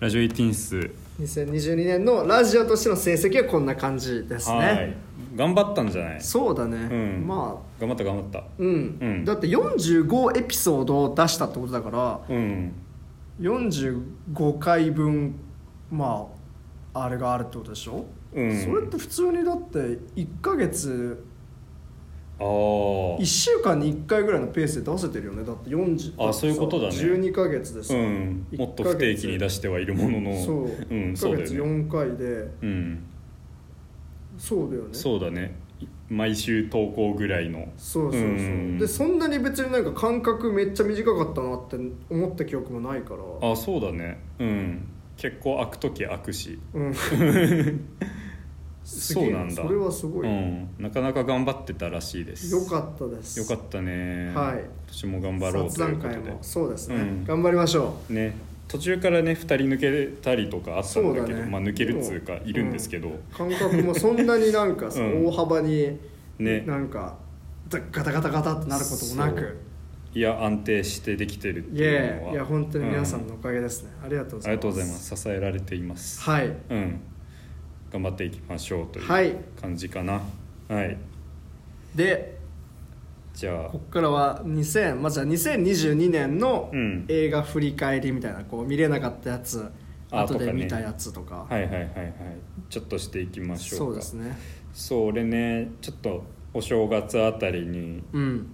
ラジオ18数2022年のラジオとしての成績はこんな感じですね、はい頑張ったんじゃないそうだね、んまあ頑張った頑張ったうん、うんだって45エピソードを出したってことだからうん45回分まああれがあるってことでしうょ、んそれって普通にだって1ヶ月あ1あ週間に1回ぐらいのペースで出せてるよねだって40あそういうことだね12ヶ月です、うんもっと不定期に出ししてはいるもののそう、ん、 1そうヶだ月よね4回でうんそうだよねそうだねい毎週投稿ぐらいのそうそうそう、うんでそんなに別になんか間隔めっちゃ短かったなって思った記憶もないからあそうだねうん結構開く時開くしうんすげえ そうなんだそれはすごうい、んなかなか頑張ってたらしいですよかったですよかったねはい今年も頑張ろう雑という談こと会でもそうですね、うん頑張りましょうね途中からね2人抜けたりとかあったんだけそうどだねまあ、抜けるっつうかうんいるんですけど、感覚もそんなになんかさ、うん大幅にねなんかザガタガタガタってなることもなそうくいや安定してできてるっていいうのえは、いや本当に皆さんうのおかげですね、ありがとうごあざりいますがとうございます支えられています、はいうん頑張っていきましょうといはいう感じかなはいでじゃあここからは2000、まあ、じゃあ2022年のうん映画振り返りみたいなこう見れなかったやつあ後とでかね見たやつとかはいはいはいはいちょっとしていきましょうかそうですねそう俺ねちょっとお正月あたりにうん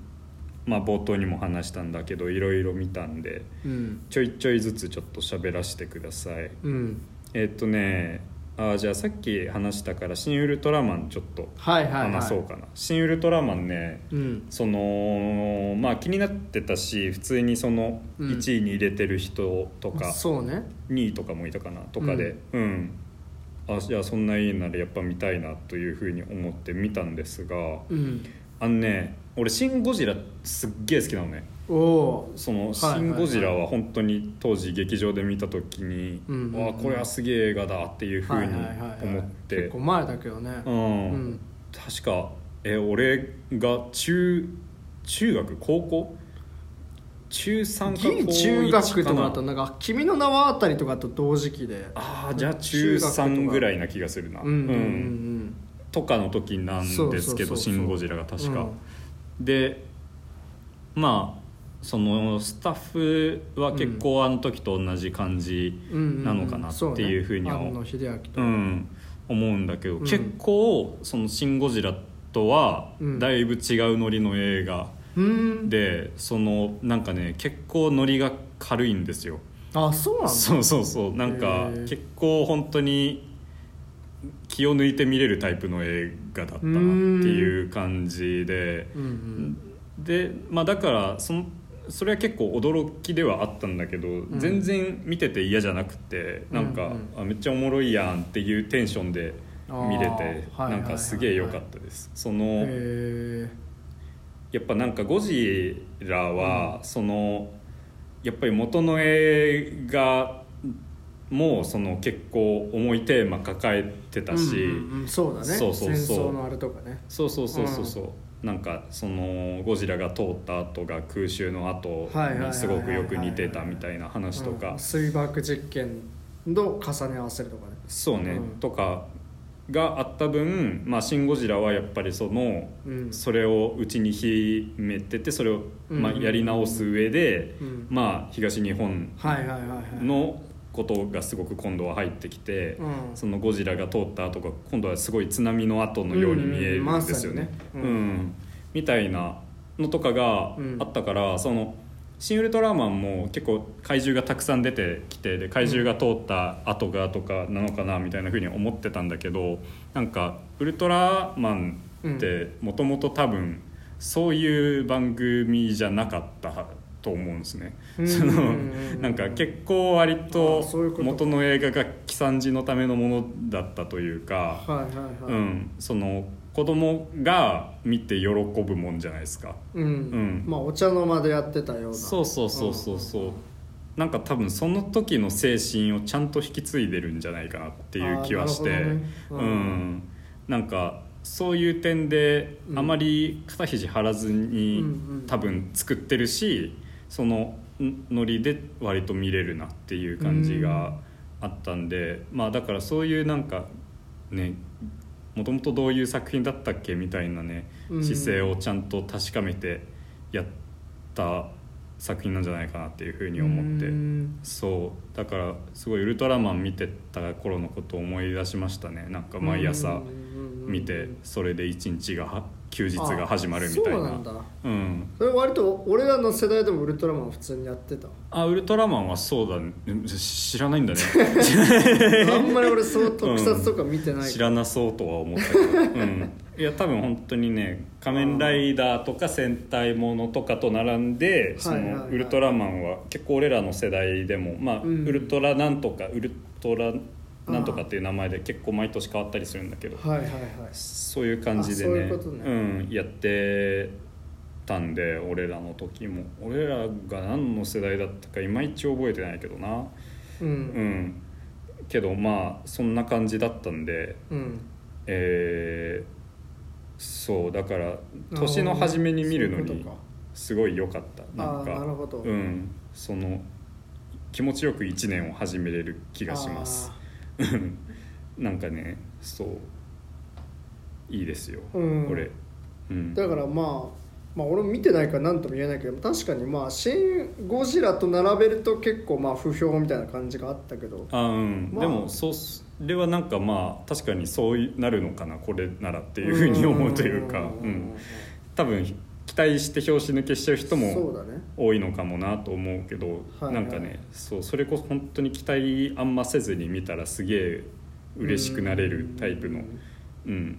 まあ冒頭にも話したんだけどいろいろ見たんでうんちょいちょいずつちょっと喋らせてくださいうんえっとねあじゃあさっき話したから「新ウルトラマン」ちょっとはいはい、はい、話そうかな「新ウルトラマンね」うんそのまあ気になってたし普通にそのうん1位に入れてる人とか、そうね2位とかもいたかなとかでうん、あじゃあそんないいならやっぱ見たいなというふうに思って見たんですがうんあのね俺「シン・ゴジラ」すっげえ好きなのねおおその「シはいはいン・ゴジラ」は本当に当時劇場で見た時に、うんうんうんわあこれはすげえ映画だっていうふうに思って、結構前だけどねうんうん確かえ俺が中中学高校中3か高銀1中学とかだかとななんか「君の名は」あたりとかと同時期でああじゃあ中3ぐらいな気がするなうんうんうんとかの時なんですけそうそうそうそど「うシン・ゴジラ」が確か、でまあそのスタッフは結構あの時と同じ感じ、うんうんうんなのかなっていうふうにはそね庵野秀明うとん思うんだけど、うん結構その「シン・ゴジラ」とはうんだいぶ違うノリの映画うんで、そのなんかね結構ノリが軽いんですよあそうなんだそうそうそうなんかへー結構本当に気を抜いて見れるタイプの映画だったなっていう感じでうんうんで、まあ、だからそのそれは結構驚きではあったんだけど、ん全然見てて嫌じゃなくてなんか、うんあめっちゃおもろいやんっていうテンションで見れあーはいてはいはいはないんかすげえ良かったです。そのへやっぱなんかゴジラは、そのやっぱり元の映画もその結構重いテーマ抱えてえたし、うんうんうんそうだねそうそうそう戦争のあれとかねそうそうそうそうそう、なんかそのゴジラが通った後が空襲の後はいはいはいはいはいにすごくよく似てたみたいな話とうかん、水爆実験と重ね合わせるとかねそうね、うんとかがあった分「まあ、シン・ゴジラ」はやっぱりそのうんそれをうちに秘めててそれをまあうんやり直す上で、うんまあ東日本はいはいはいはいのことがすごく今度は入ってきて、うんそのゴジラが通った後が今度はすごい津波の後のように見えるんですよね。ううんんうんまさにねうみたいなのとかがあったから、その「シン・ウルトラマン」も結構怪獣がたくさん出てきてで怪獣が通った後がとかなのかなみたいなふうに思ってたんだけどなんかウルトラマンってもともと多分そういう番組じゃなかったと思うんですね。うんそのうんうんうんなんか結構割あーとそういうこと元の映画が喜惨事のためのものだったというか、はいはいはういん、その子供が見て喜ぶもんじゃないですか。うん、んまあお茶の間でやってたようなそうそうそうそうそう、んんんなんか多分その時の精神をちゃんと引き継いでるんじゃないかなっていう気はして、あーなるほうどねうんん、なんかそういう点でうんあまり肩肘張らずうにんうん多分作ってるしそのんノリで割と見れるなっていう感じがあったんで、まあだからそういうなんかねもともとどういう作品だったっけみたいなねうん姿勢をちゃんと確かめてやった作品なんじゃないかなっていうふうに思って。うんそうだからすごい「ウルトラマン」見てた頃のことを思い出しましたねなんか毎う朝んうんうんうん見てそれで一日がは休日が始まるみたいあそうななんだうんそれ割と俺らの世代でもウルトラマン普通にやってたあウルトラマンはそうだ、ね、うん知らないんだねあんまり俺そう特撮とか見てない知からなそうとは思ったけど、うん、いや多分本当にね「仮面ライダー」とか戦隊ものとかと並んでそはいはいはのいウルトラマンは結構俺らの世代でも、まあうんウルトラなんとかウルトラなんとかっていう名前で結構毎年変わったりするんだけどはいはいはいそういう感じであそういねうことねうん、やってたんで俺らの時も俺らが何の世代だったかいまいち覚えてないけどなううんんけどまあそんな感じだったんでうんえーそうだから年の初めに見るのそういうにことかすごい良かったなんあーなるかほどうんその気持ちよく1年を始めれる気がしますうん なんかねそういいですよ、あーうんこれ、うん、だからまあまあ俺も見てないから何とも言えないけど確かにまあ「シン・ゴジラ」と並べると結構まあ不評みたいな感じがあったけどあうん、まあでもそうそれはなんかまあ確かにそうなるのかなこれならっていうふうに思うというか、うん、多分期待して拍子抜けしちゃう人そもうだね多いのかもなと思うけど、はいはいなんかねそうそれこそ本当に期待あんませずに見たらすげえ嬉しくなれるタイプのうん、うん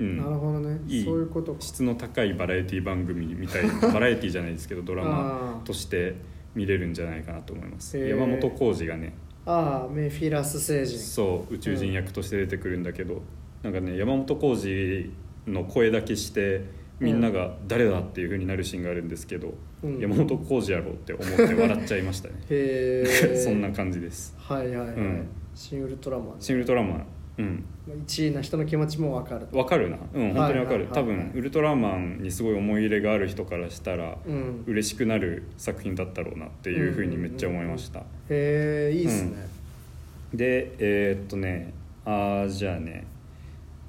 なるほどねいいそういうことか質の高いバラエティ番組みたい なバラエティじゃないですけどドラマとして見れるんじゃないかなと思いますへー山本浩二がねああメフィラス星人そう宇宙人役として出てくるんだけど、なんかね山本浩二の声だけしてみんなが「誰だ?」っていう風になるシーンがあるんですけど、うん山本浩二やろって思って笑っちゃいましたねへ えそんな感じですはいはいはい、うんシン・ウルトラマン、シン・ウルトラマンうん1位な人の気持ちも分かるわかるなうん本当にわかる、はいはいはいはい多分ウルトラマンにすごい思い入れがある人からしたらうん嬉しくなる作品だったろうなっていうふうにめっちゃ思いました、へえいいっすね、でえーっとねあーじゃあね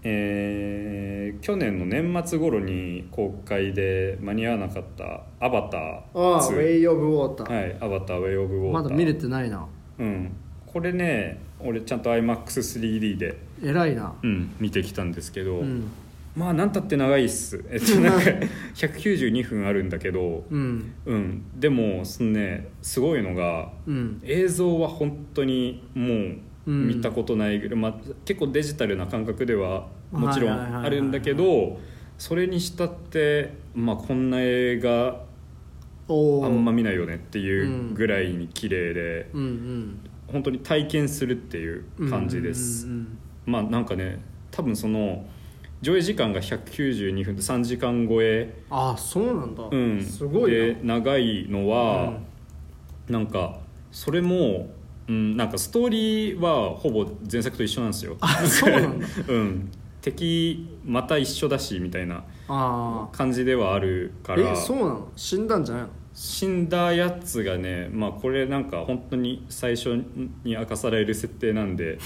えー去年の年末頃に公開で間に合わなかった「アバターああウェ2」イ・オブ・ウォーター、はい「アバターウェイ・オブ・ウォーター」まだ見れてないなうんこれね俺ちゃんと iMAX3D で、偉いなうん、見てきたんですけど、うんまあなんたって長いっすえっ となんか192分あるんだけどうんうんでもそのねすごいのがうん映像は本当にもううん見たことないぐらい、まあ、結構デジタルな感覚ではもちろはいはいはいはんいあるんだけどそれにしたって、まあ、こんな映画おおあんま見ないよねっていううんぐらいに綺麗でうんうん本当に体験するっていう感じですうん。うんまあなんかね多分その上映時間が192分で3時間超え、ああそうなんだ、うん、すごいでな長いのは。なんかそれも、うん、なんかストーリーはほぼ前作と一緒なんですよ。あそうなんだうん、敵また一緒だしみたいなあ感じではある あからえそうなの死んだんじゃないの死んだやつがね、まあ、これなんか本当に最初に明かされる設定なん で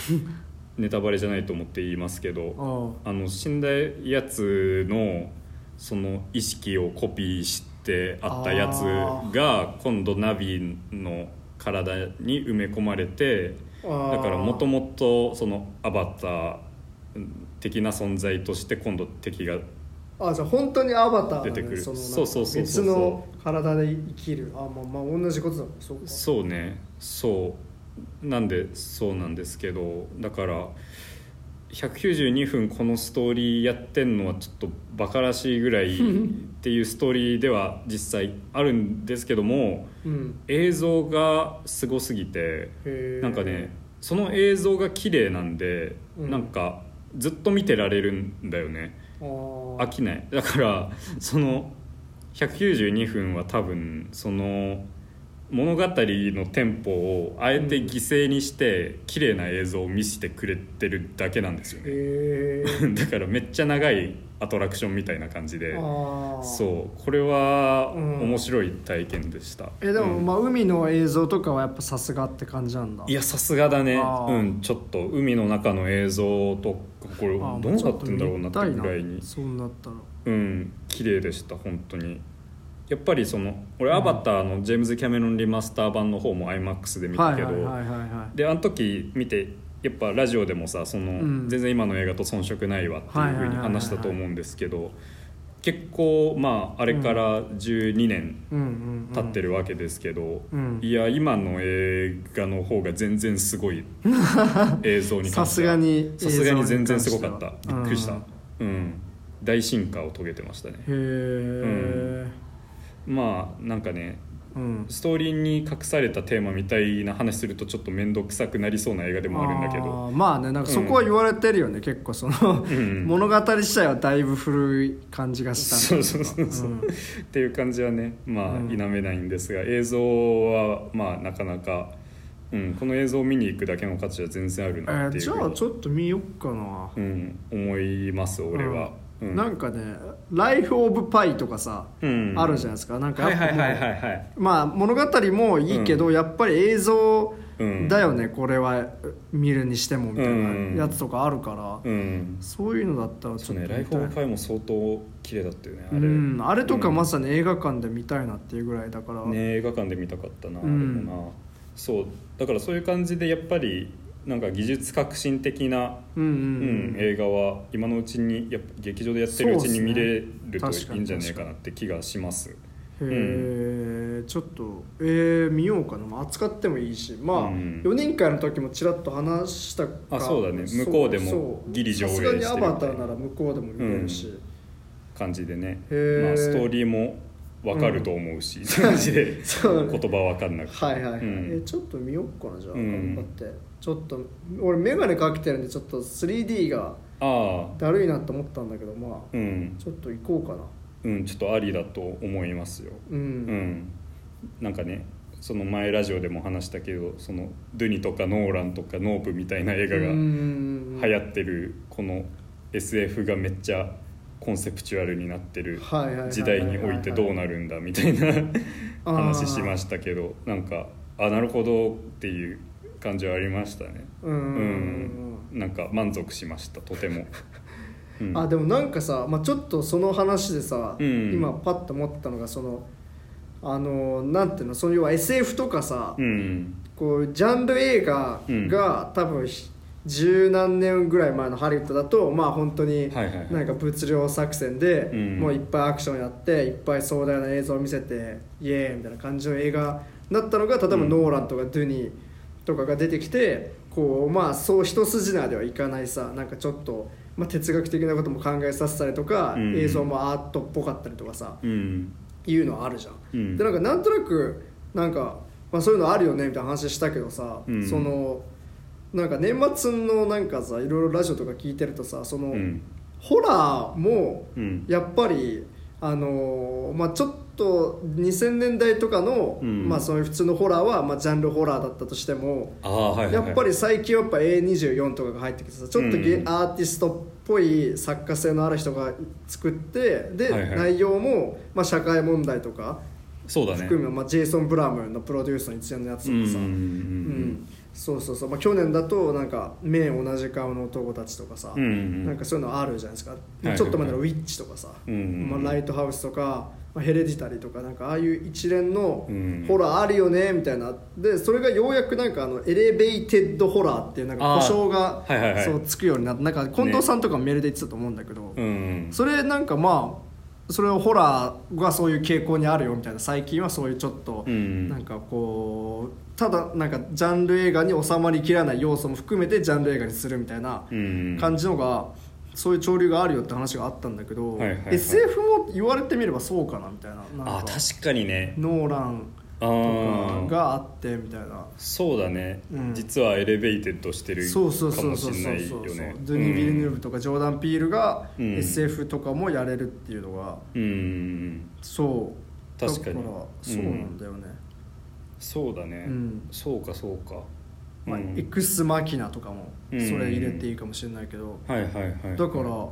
ネタバレじゃないと思って言いますけどああの死んだやつのその意識をコピーしてあったやつが今度ナビの体に埋め込まれてあだからもとももとそのアバター的な存在として今度敵があじゃあ本当にアバターだね出てくるそのなんかそうそうそうそう別の体で生きるあまあまあ同じことだもんそうかそうねそうなんでそうなんですけどだから192分このストーリーやってんのはちょっとバカらしいぐら いっていうストーリーでは実際あるんですけどもうん映像がすごすぎてへーなんかねその映像が綺麗なんで、うんなんかずっと見てられるんだよねあー飽きないだからその192分は多分その物語のテンポをあえて犠牲にして綺麗な映像を見せてくれてるだけなんですよね へだからめっちゃ長いアトラクションみたいな感じえでああそうこれはうん面白い体験でした、えでもうんまあ海の映像とかはやっぱさすがって感じなんだいやさすがだねあーうんちょっと海の中の映像とかこれあーどうなってんだろうなってぐらいにそうなったらうん綺麗でした本当にやっぱりその俺「アバター」のジェームズ・キャメロンリマスター版の方も iMAX で見たはいけど、はいはいはいはいであの時見てやっぱラジオでもさその、ん全然今の映画と遜色ないわっていうふうに話したと思うんですけど結構まああれから12年うんうんうん経ってるわけですけど、うんいや今の映画の方が全然す ごい映像に関してはさすがにさすがに全然すごかった映像に関してはびっくりした、ううんん大進化を遂げてましたねへえ、まあなんかねうんストーリーに隠されたテーマみたいな話するとちょっと面倒くさくなりそうな映画でもあるんだけどあーまあねなんかそこは言われてるよね、結構その、ん物語自体はだいぶ古い感じがしたそんうだけそうどそうそう、うんっていう感じはねまあうん否めないんですが、映像はまあなかなか、うん、この映像を見に行くだけの価値は全然あるえなっていーうじふうに、ゃあちょっと見よっかな、うん、思います俺は、ううんなんかね「ライフ・オブ・パイ」とかさ、うんあるじゃないですかなんかはいやっはいぱもうはいはいはいまあ物語もいいけど、やっぱり映像うんだよね、これは見るにしてもみたいうんなやつとかあるから、うんそういうのだったらちそょうっとね「ラ見たイいフ・オブ・ファイ」も相当綺麗だったよねあれ,、うん、あれとかまささに映画館で見たいなっていうぐらいだから、ね映画館で見たかったな、うんでもなそうだからそういう感じでやっぱりなんか技術革新的なうんうんう、ん、映画は今のうちにやっぱ劇場でやってるうちに見れるとそうっいすねいんじゃないかなって気がしますへえちょっとえー、見ようかな、まあ、扱ってもいいしまあ、うん4年会の時もちらっと話したかあそうだね向こうでもそうギリ上映してさるすがみにたいアバターなら向こうでも見れるし、う感じでね、へーまあ、ストーリーも分かると思うし、感じで そうね言葉分かんなくて、はいはいはい、うんえーちょっと見よっかなじゃあ、うん頑張ってちょっと俺眼鏡かけてるんでちょっと 3D がああだるいなと思ったんだけどまうあん、ちょっと行こうかなうん、ちょっとありだと思いますよ、ううんん、なんかねその前ラジオでも話したけどそのドゥニとかノーランとかノープみたいな映画がうん流行ってるこの SF がめっちゃコンセプチュアルになってるはいはいはいはいはい時代においてどうなるんだみたいなあー話しましたけどなんかあなるほどっていう感じはありましたねうんうんうんうんうんなんか満足しましたとて も、うんあでもなんかさ、まあ、ちょっとその話でさ、うん今パッと思ったのがそのあのなんていうのその要は SF とかさ、うんこうジャンル映画が、多分ひ十何年ぐらい前のハリウッドだとまあ本当にはいはいはいなんか物量作戦で、うんもういっぱいアクションやっていっぱい壮大な映像を見せてイエーイみたいな感じの映画だったのが例えばうんノーランとかドゥニーとかが出てきてこうまあそう一筋縄ではいかないさなんかちょっと、まあ、哲学的なことも考えさせたりとか、うん映像もアートっぽかったりとかさ、うんいうのはあるじゃん、うんでなんかなんとなくなんか、まあ、そういうのあるよねみたいな話したけどさ、うんそのなんか年末のなんかさいろいろラジオとか聞いてるとさその、うんホラーもうんやっぱり、あのーまあ、ちょっと2000年代とかの、うんまあ、そういう普通のホラーは、まあ、ジャンルホラーだったとしても、ああはいはいやはいっぱり最近はやっぱ A24 とかが入ってきてさちょっとゲ、うんアーティストっぽい作家性のある人が作ってで、はいはい内容も、まあ、社会問題とかそうだね含め、まあ、ジェイソン・ブラムのプロデュースの一連のやうつとんうんかさ、うんうんそうそうそう、まあ、去年だとなんか「面同じ顔の男たち」とかさ、うんうんなんかそういうのあるじゃないですか、いはいちょっと前の「ウィッチ」とかさ、うんうんうんまあ、ライトハウスとか、まあ、ヘレディタリーとかなんかああいう一連のうんホラーあるよねみたいなでそれがようやくなんかあのエレベイテッドホラーっていうなんかあー故障がはいはいはいそうつくようになってなんか近藤さんとかもメールで言ってたと思うんだけど、うんうんそれなんかまあそれをホラーがそういう傾向にあるよみたいな最近はそういうちょっとうんなんかこうただなんかジャンル映画に収まりきらない要素も含めてジャンル映画にするみたいなうん感じのがそういう潮流があるよって話があったんだけどはいはいはい SF も言われてみればそうかなみたいななんあか確かにねノーランあとあかがあってみたいな。そうだね、うん実はエレベーテッドしてるかそうそうそもうそしれうそなういそようねドゥニ・ヴィルヌーブとかジョーダン・ピールがうん SF とかもやれるっていうのがうんうんそう確かにだからそうなんだよね、そうだね、うんそうかそうか、まあうんエクスマキナとかもそうんれ入れていいかもしれないけど、はいはいはいだから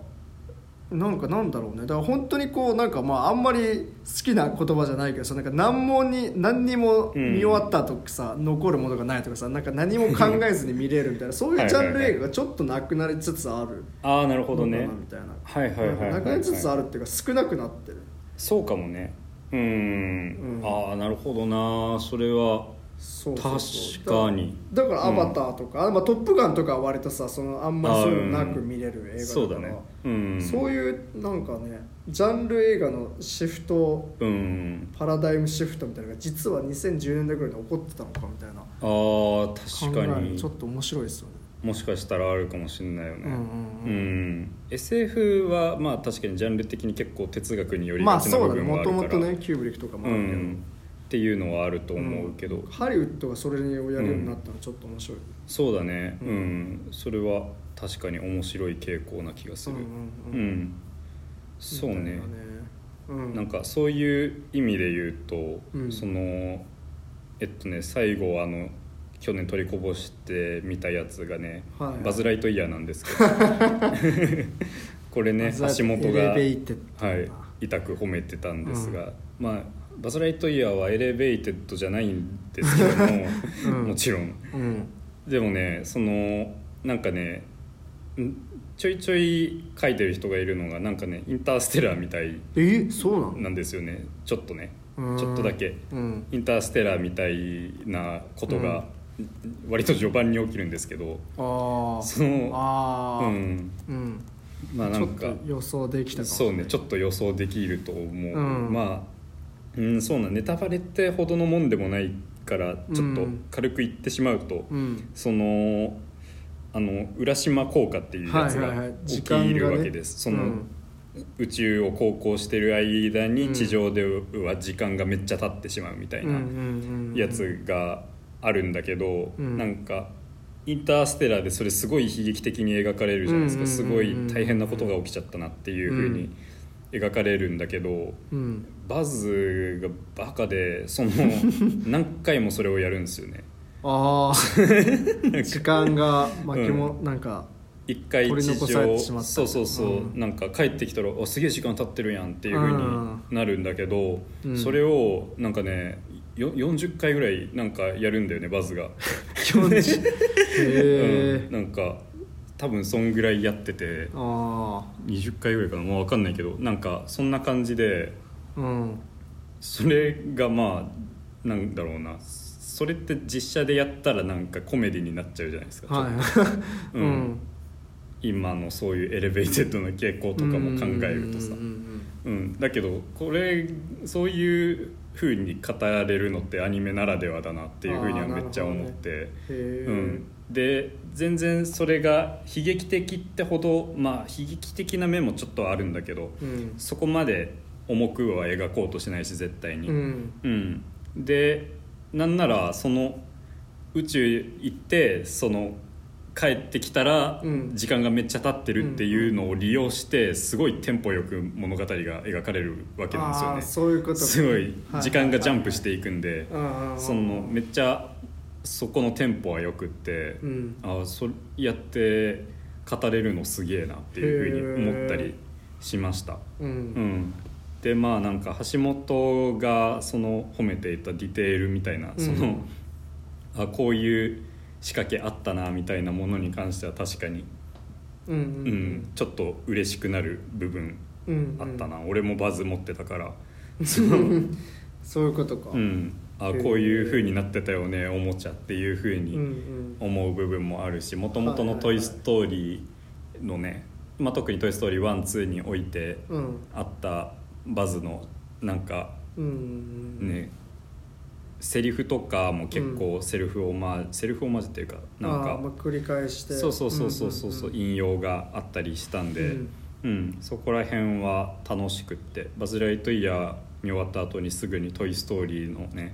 なんかなんだろうねだから本当にこうなんかまああんまり好きな言葉じゃないけどさなんか何もに何にも見終わったとさ、残るものがないとかさなんか何も考えずに見れる みたいなそういうジャンル映画がちょっとなくなりつつあるああなるほのどかなねみたいな。はいはいはいはい、なくなりつつあるっていうか少なくなってるそうかもねうん、うんああなるほどなそれはそうそうそう確かにだだから「アバター」とか「まあ、トップガン」とかは割とさそのあんまりそういうのなく見れる映そうだ画だから、ねうんそういうなんかねジャンル映画のシフトうんパラダイムシフトみたいなのが実は2010年代ぐらいに起こってたのかみたいなああ確考えかるにのちょっと面白いですよねもしかしたらあるかもしれないよねうんううんうんん SF はまあ確かにジャンル的に結構哲学によりまがあちなそ部うだね分はもあるかとらもとねキューブリックとかもうあるけど、んっていうのはあると思うけど、んハリウッドがそれをやるようになったのちょっと面白い、そうだねう、うんんそれは確かに面白い傾向な気がするうんう、うんんうんそうみたいねなうんなんかそういう意味で言うと、うんそのえっとね最後あの去年取りこぼして見たやつがね、はいバズ・ライトイヤーなんですけど これねザ橋本が、エレはベイテッドい、痛く褒めてたんですが、まあバズ・ライトイヤーはエレベイテッドじゃないんですけども、 うんもちろんうんでもねそのなんかねんちょいちょい書いてる人がいるのがなんかねインターステラーみたいえそうなのなんですよねちょっとねうんちょっとだけうんインターステラーみたいなことが割と序盤に起きるんですけど、ああそのあうあんうんまあなちょんっとか予想できたかもそうねちょっと予想できると思う、うんまあ、うん、そうなネタバレってほどのもんでもないからちょっと軽く言ってしまうと、うんそのあの浦島効果っていうやつはいはいがはい起時き間がねるわけです、そうのん宇宙を航行してる間うにん地上では時間がめっちゃ経ってしまうみたいうんうなんうんやつがあるんだけど、うんなんかインターステラーでそれすごい悲劇的に描かれるじゃないですか、うんうんすうんうごんい大変なことが起きちゃったなっていうふうに描かれるんだけどうんバズがバカで その何回もそれをやるんですよね。ああ時間が巻きも、なんか一回取り地残され上てしまったそうそうそう、うんなんか帰ってきたら「あすげえ時間経ってるやん」っていうふうになるんだけど、うんそれをなんかねよ40回ぐらいなんかやるんだよねバズが、 40うへ んえなんか多分そんぐらいやっててあ20回ぐらいかなもう分かんないけどなんかそんな感じであうんそれがまあなんだろうなそれって実写でやったらなんかコメディになっちゃうじゃないですか、はいうんうん今のそういうエレベーテッドな傾向とかも考えるとさうんうんうん、だけどこれそういうふうに語られるのってアニメならではだなっていうふうにはめっちゃ思って、うんへえ、うん、で全然それが悲劇的ってほどまあ悲劇的な面もちょっとはあるんだけどうんそこまで重くは描こうとしないし絶対に。うんうん、でなんならその宇宙行ってその帰ってきたらうん時間がめっちゃ経ってるっていうのを利用してすごいテンポよく物語が描かれるわけなんですよあねあそういうことすごいは時間がジャンプししていくんでてそのめっちゃそこのテンポはよくってうんああそれやって語れるのすげえなっていうふうに思ったへりえしました。ううんん、でまあなんか橋本がその褒めていたディテールみたいなうんその、あこういう仕掛けあったなみたいなものに関しては確かに、うんうんうんうんちょっと嬉しくなる部分うんあうっんたな、俺もバズ持ってたから。そのそういうことかうん、あへーこういう風になってたよねおもちゃっていう風うんうにん思う部分もあるしもともとの「はいトはいはいイ・ストーリー」のね、まあ、特に「トイ・ストーリー1」2においてうんあったバズのなんかうんね、セリフとかも結構セルフオマージュ、セルフオマージュっていうかななんんかかまあ繰り返してそうそうそうそうそう,、んんん引用があったりしたんで、ううんんそこら辺は楽しくって「バズ・ライトイヤー」見終わった後にすぐに「トイ・ストーリー」のね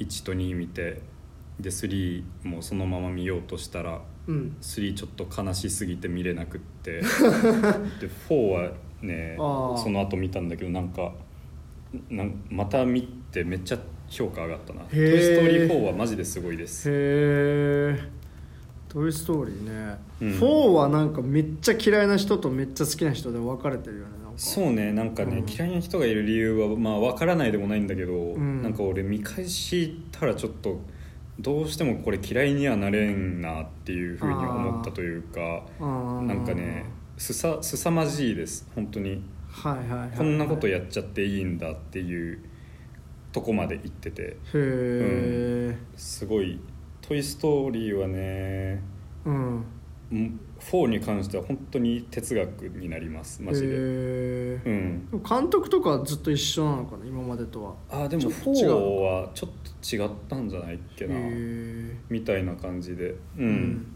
1と2見てで3もそのまま見ようとしたらうん3ちょっと悲しすぎて見れなくって で4はねあーその後見たんだけどなんかなんまた見てめっちゃ評価上がったな「ートイ・ストーリー4」はマジですごいですへえ「トイ・ストーリーね」うん4はなんかめっちゃ嫌いな人とめっちゃ好きな人で分かれてるよねなんかそうねなんかね、うん嫌いな人がいる理由はまあわからないでもないんだけど、んなんか俺見返したらちょっとどうしてもこれ嫌いにはなれんなっていうふうに思ったというかあーなんかねすさ凄まじいです本当にはいはいはいはいこんなことやっちゃっていいんだっていうとこまで行っててへえすごい「トイ・ストーリー」はねうんうん4に関しては本当に哲学になりますマジへで。えうん、でも監督とかはずっと一緒なのかな今までとはあーでもちょっと違う4はちょっと違ったんじゃないっけへなえみたいな感じで、うん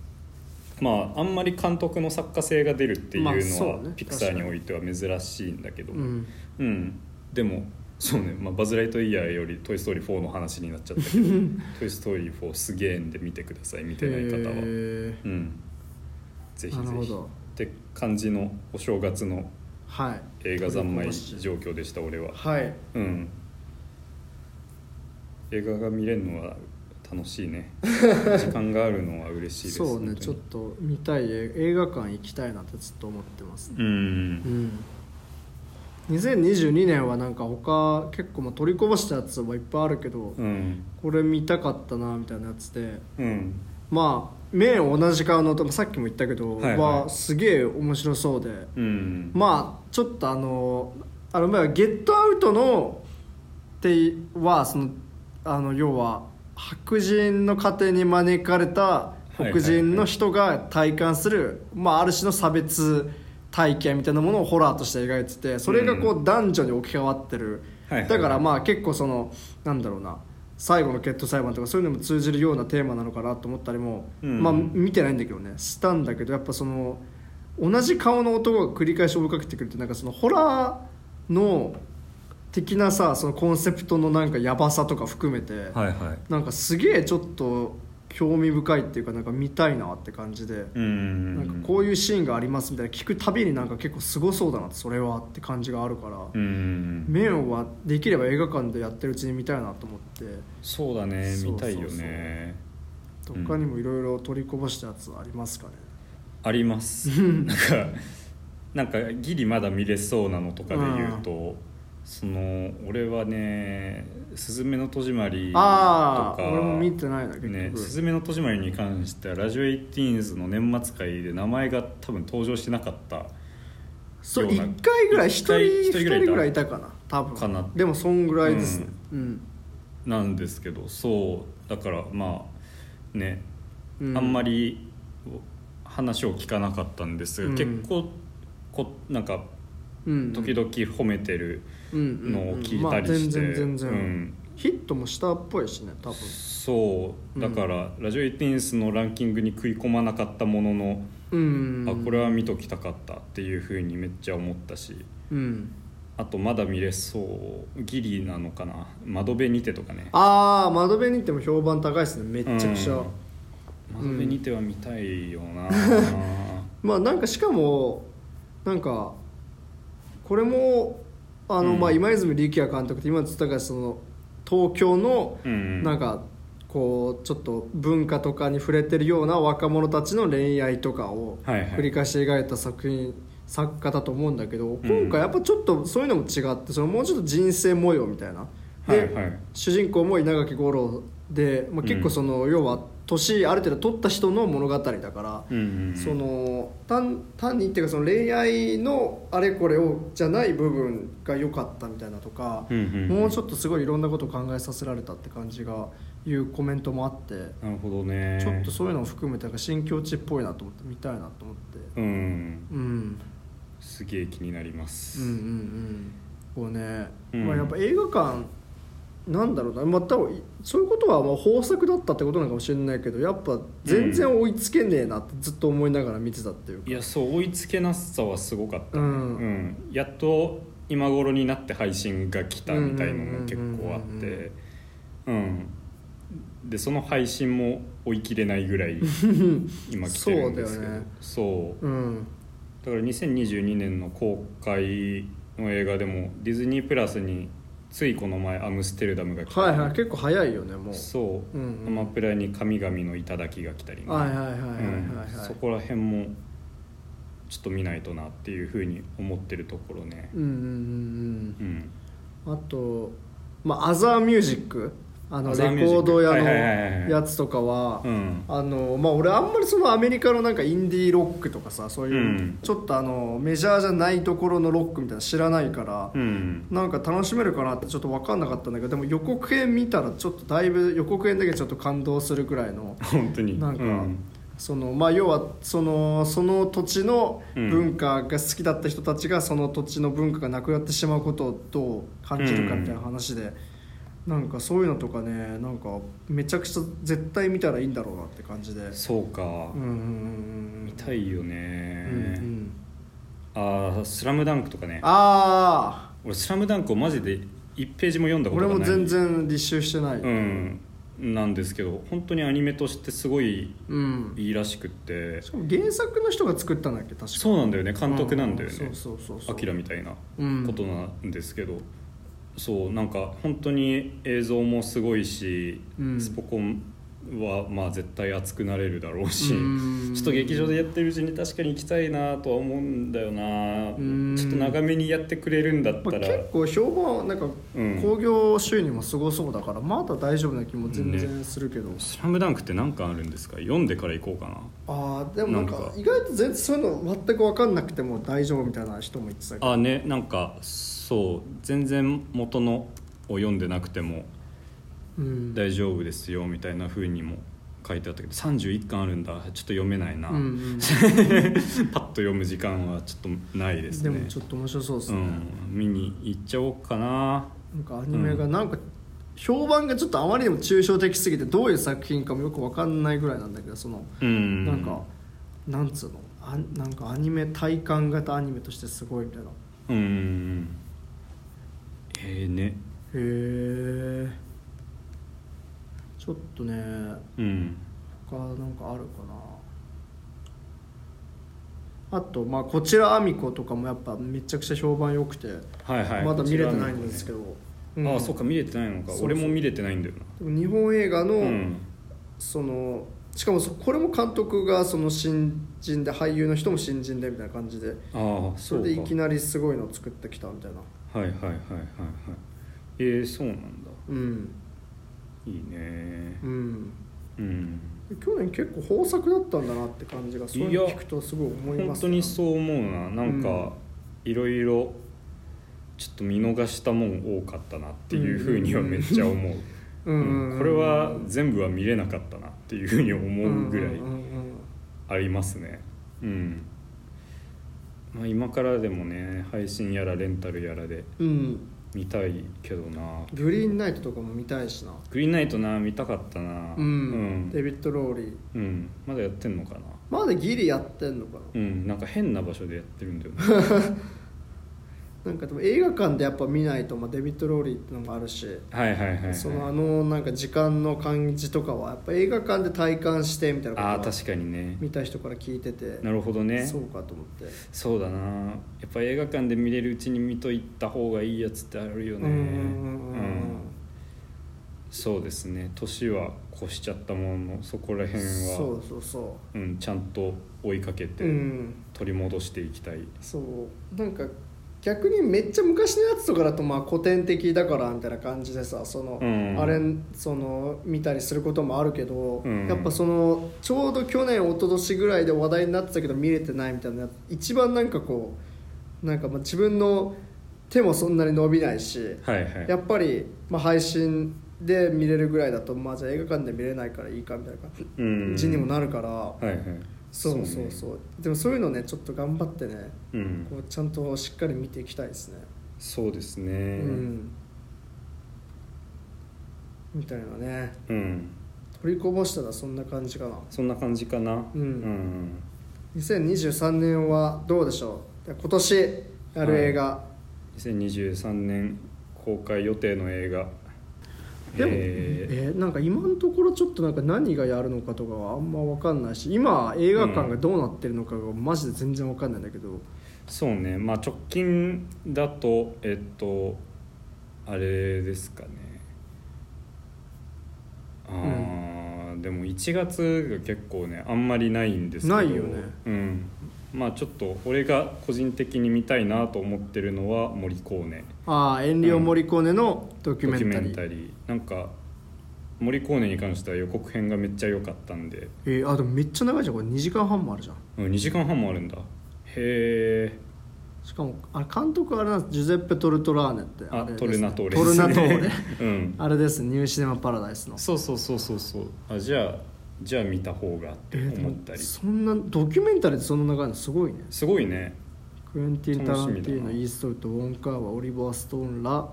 まああんまり監督の作家性が出るっていうのまあは、そうねピクサーにおいては珍しいんだけど、うんうん、でもそうね、まあ、バズ・ライトイヤーより「トイ・ストーリー4」の話になっちゃったけ ど「トイ・ストーリー4」すげえんで見てください見てない方は、へうん、ぜひぜなるほひどって感じのお正月のーはい映画三昧状況でした俺ははいうん映画が見れるのは楽しい ね時間があるのは嬉しいですそうね本当にちょっと見たい映映画館行きたいなってずっと思ってますね、うんうん2022年はなんか他結構まあ取りこぼしたやつはいっぱいあるけどうんこれ見たかったなみたいなやつでうんまあ面同じ顔のとさっきも言ったけど、はいはいまあすげえ面白そうでうんまあちょっとあのあのまあゲットアウトのってはそのあの要は白人の家庭に招かれた黒人の人が体感する、まあ、ある種の差別体験みたいなものをホラーとして描いててそれがこう男女に置き換わってる、はいはいだからまあ結構そのなんだろうな最後の決闘裁判とかそういうのも通じるようなテーマなのかなと思ったりも、うんまあ見てないんだけどねしたんだけどやっぱその同じ顔の男が繰り返し追いかけてくるってなんかそのホラーの的なさそのコンセプトのなんかやばさとか含めて、はいはいなんかすげえちょっと興味深いっていうかなんか見たいなって感じで、うんなんかこういうシーンがありますみたいな聞くたびになんか結構すごそうだなってそれはって感じがあるから、うん面はできれば映画館でやってるうちに見たいなと思ってそうだねそうそうそう見たいよね他にもいろいろ取りこぼしたやつありますかね、あり ますなんかなんかギリまだ見れそうなのとかで言うとその俺はね「すずめの戸締まり」とあかあ俺も見てないな結局、ね「すずめの戸締まり」に関してはラジオエイティーンズの年末会で名前が多分登場してなかったそうような1回ぐらい1一人回2一人ぐらいいた人ぐらいいたかな多分かなでもそんぐらいですねうん、なんですけどそうだからまあねうんあんまり話を聞かなかったんですが、うん結構こなんかうん、時々褒めてるののを聞いたりして、まあ、全然全然、うんヒットもしたっぽいしね多分そうだから、ラジオエイティーンスのランキングに食い込まなかったものの、うんあこれは見ときたかったっていうふうにめっちゃ思ったしうんあとまだ見れそうギリなのかな「窓辺にて」とかねああ窓辺に行っても評判高いですねめっちゃくちゃ、うん窓辺にては見たいよなまあなんかしかもなんかこれもあの、うんまあ、今泉力也監督って今言ってたからその東京の うんなんかこうちょっと文化とかに触れてるような若者たちの恋愛とかをはいはい繰り返し描いた作品作家だと思うんだけど今回やっぱちょっとそういうのも違ってそのもうちょっと人生模様みたいな。はでいはい主人公も稲垣吾郎で、まあ、結構その、要は年ある程度取った人の物語だから、うんうんうんその単単にっていうかその恋愛のあれこれをじゃない部分が良かったみたいなとか、うんうんうんもうちょっとすごいいろんなことを考えさせられたって感じがいうコメントもあって、なるほどねちょっとそういうのも含めてなんか新境地っぽいなと思って見たいなと思って、うんうん、すげえ気になりまうんうんす、うんこうね、うんまあ、やっぱ映画館なんだろうな、まあ、多分そういうことはまあ豊作だったってことなのかもしれないけどやっぱ全然追いつけねえなってずっと思いながら見てたっていういかやそう追いつけなさはすごかった、うんうんやっと今頃になって配信が来たみたいのも結構あってうんでその配信も追い切れないぐらい今来てるんですけどそうだよねそううんだから2022年の公開の映画でもディズニープラスについこの前「アムステルダム」が来たりはいはい結構早いよねもうそう、うんうんアマプラに「神々の頂き」が来たりねはいはいはいはいうんはいはそいこら辺もちょっと見ないとなっていうふうに思ってるところねうんうんううんんうんあとまあアザーミュージックあのアレザーミュージックコード屋はいはいはいはのいやつとかはうんあのまあ、俺あんまりそのアメリカのなんかインディーロックとかさそういう、うんちょっとあのメジャーじゃないところのロックみたいなの知らないから、うんなんか楽しめるかなってちょっと分かんなかったんだけどでも予告編見たらちょっとだいぶ予告編だけちょっと感動するくらいの本当になんか、うんそのまあ、要はそのその土地のうん文化が好きだった人たちがその土地の文化がなくなってしまうことをどう感じるかみたいな話で、なんかそういうのとかねなんかめちゃくちゃ絶対見たらいいんだろうなって感じでそうかうんうんうん見たいよねうんうんうんあースラムダンク」とかねあ俺「スラムダンク」をマジで1ページも読んだこと俺がないも全然履修してない、うんなんですけど本当にアニメとしてすごいうんいいらしくってしかも原作の人が作ったんだっけ確かそうなんだよね監督なんだよねそうそうそうそうアキラみたいなうんことなんですけど、そうなんか本当に映像もすごいし、うんスポコンはまあ絶対熱くなれるだろうし、うんちょっと劇場でやってるうちに確かに行きたいなとは思うんだよな、うんちょっと長めにやってくれるんだったまあ、ら、結構評判なんかうん興行収入もすごそうだから、まだ大丈夫な気も全然ねするけど、スラムダンク」って何巻あるんですか読んでから行こうかなああでもなんなんかか意外と全然そういうの全く分かんなくても大丈夫みたいな人も言ってたけどあねなんかそう全然元のを読んでなくてもうん大丈夫ですよみたいな風にも書いてあったけど31巻あるんだちょっと読めないな、うんうん、パッと読む時間はちょっとないですでねもちょっと面白そうですうね、ん、見に行っちゃおうかななんかアニメがうなんか評判がちょっとあまりにも抽象的すぎてどういう作品かもよく分かんないぐらいなんだけどそのうんなんか、なんつうのあなんかアニメ体感型アニメとしてすごいみたいなうへんえー、ねえちょっとねうん他なんかあるかなあとまあこちらアミコとかもやっぱめちゃくちゃ評判良くて、はいはいまだ見れてないんですけど、ど、ああそうかか見れてないのかそうそう俺も見れてないんだよな日本映画の、うんそのしかもそこれも監督がその新人で俳優の人も新人でみたいな感じでああそそうれかでいきなりすごいのを作ってきたみたいなはいはいはいはいはいえー、そうなんだうんいいねうんうん去年結構豊作だったんだなって感じがそういうのいや聞くとすごい思いま本す当ねにそう思うななんうんかいろいろちょっと見逃したもん多かったなっていうふうにはめっちゃ思う、うんうんうんこれは全部は見れなかったなっていうふうに思うぐらいんんうんありますねうん、まあ、今からでもね配信やらレンタルやらでうんうん見たいけどなグリーンナイトとかも見たいしなグリーンナイトな見たかったなうん、うデんビッド・ローリーうんまだやってんのかなまだギリやってんのかなうんなんか変な場所でやってるんだよねなんかでも映画館でやっぱ見ないと、まあ、デビッド・ローリーってのもあるし はいはいはい、はい、そのあのなんか時間の感じとかはやっぱ映画館で体感してみたいなあこーとを確かにね見た人から聞いててなるほどねそうかと思ってそうだなやっぱ映画館で見れるうちに見といた方がいいやつってあるよねうんうんうんうんうんそうですね年は越しちゃったもののそこら辺は、そうそうそうん、ちゃんと追いかけううてん取り戻していきたい、そうなんか逆にめっちゃ昔のやつとかだとまあ古典的だからみたいな感じでさその、うんあれその見たりすることもあるけど、うんやっぱそのちょうど去年一昨年ぐらいで話題になってたけど見れてないみたいな一番なんかこうなんかまあ自分の手もそんなに伸びないし、はいはいやっぱりまあ配信で見れるぐらいだとまあじゃあ映画館で見れないからいいかみたいなうん感じにもなるから、はいはいそうそうねそうでもそういうのねちょっと頑張ってねうんこうちゃんとしっかり見ていきたいですね、そうですねうんみたいなねうん取りこぼしたらそんな感じかなそんな感じかなうんん2023年はどうでしょうで今年やる映画、 2023年公開予定の映画でも、えーえーなんか今のところちょっとなんか何がやるのかとかはあんま分かんないし今映画館がどうなってるのかがマジで全然分かんないんだけど、そうねまあ直近だとえっとあれですかねああ、でも1月が結構ねあんまりないんですけどないよねうんまあちょっと俺が個人的に見たいなと思ってるのは森コーネああエンリオ・モリコーネのドキュドメキュンタメリンータリーなんか森コーネに関しては予告編がめっちゃ良かったんでえーあでもめっちゃ長いじゃんこれ2時間半もあるじゃんうん2時間半もあるんだへえしかもあれ監督あれなんですジュゼッペ・トルトラーネってあれですねトルナトーレトルナトー レうんあれですニューシネマ・パラダイスのそうそうそうそうそうあじゃあじゃあ見た方がってえーでも思ったり、そんなドキュメンタリーでそんな長いのすごいねすごいねクエンティン・タランティーノ楽しみだなイーストウッドウォン・カーはオリバー・ストーンら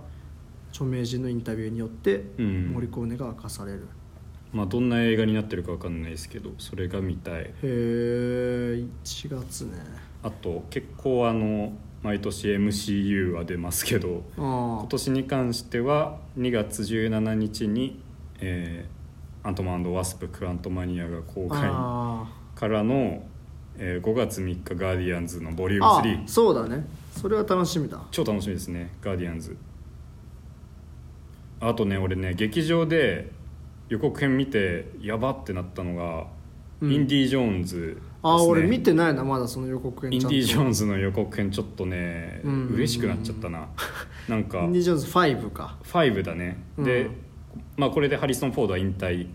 著名人のインタビューによってうんモリコーネが明かされる、まあどんな映画になってるかわかんないですけどそれが見たいへえ1月ねあと結構あの毎年 MCU は出ますけど今あ年に関しては2月17日に、えーアントマンワスプクアントマニア」が公開あからの、えー5月3日「ガーディアンズ」のボリューーあム3そうだねそれは楽しみだ超楽しみですね「ガーディアンズ」あとね俺ね劇場で予告編見てやばってなったのが「うんインディ・ジョーンズです、ね」ああ俺見てないなまだその予告編インディ・ジョーンンズの予告編ちょっとね、うん嬉しくなっちゃったななんかインディ・ジョーンズ5か5だね、うでん、まあ、これでハリソン・フォードは引退っ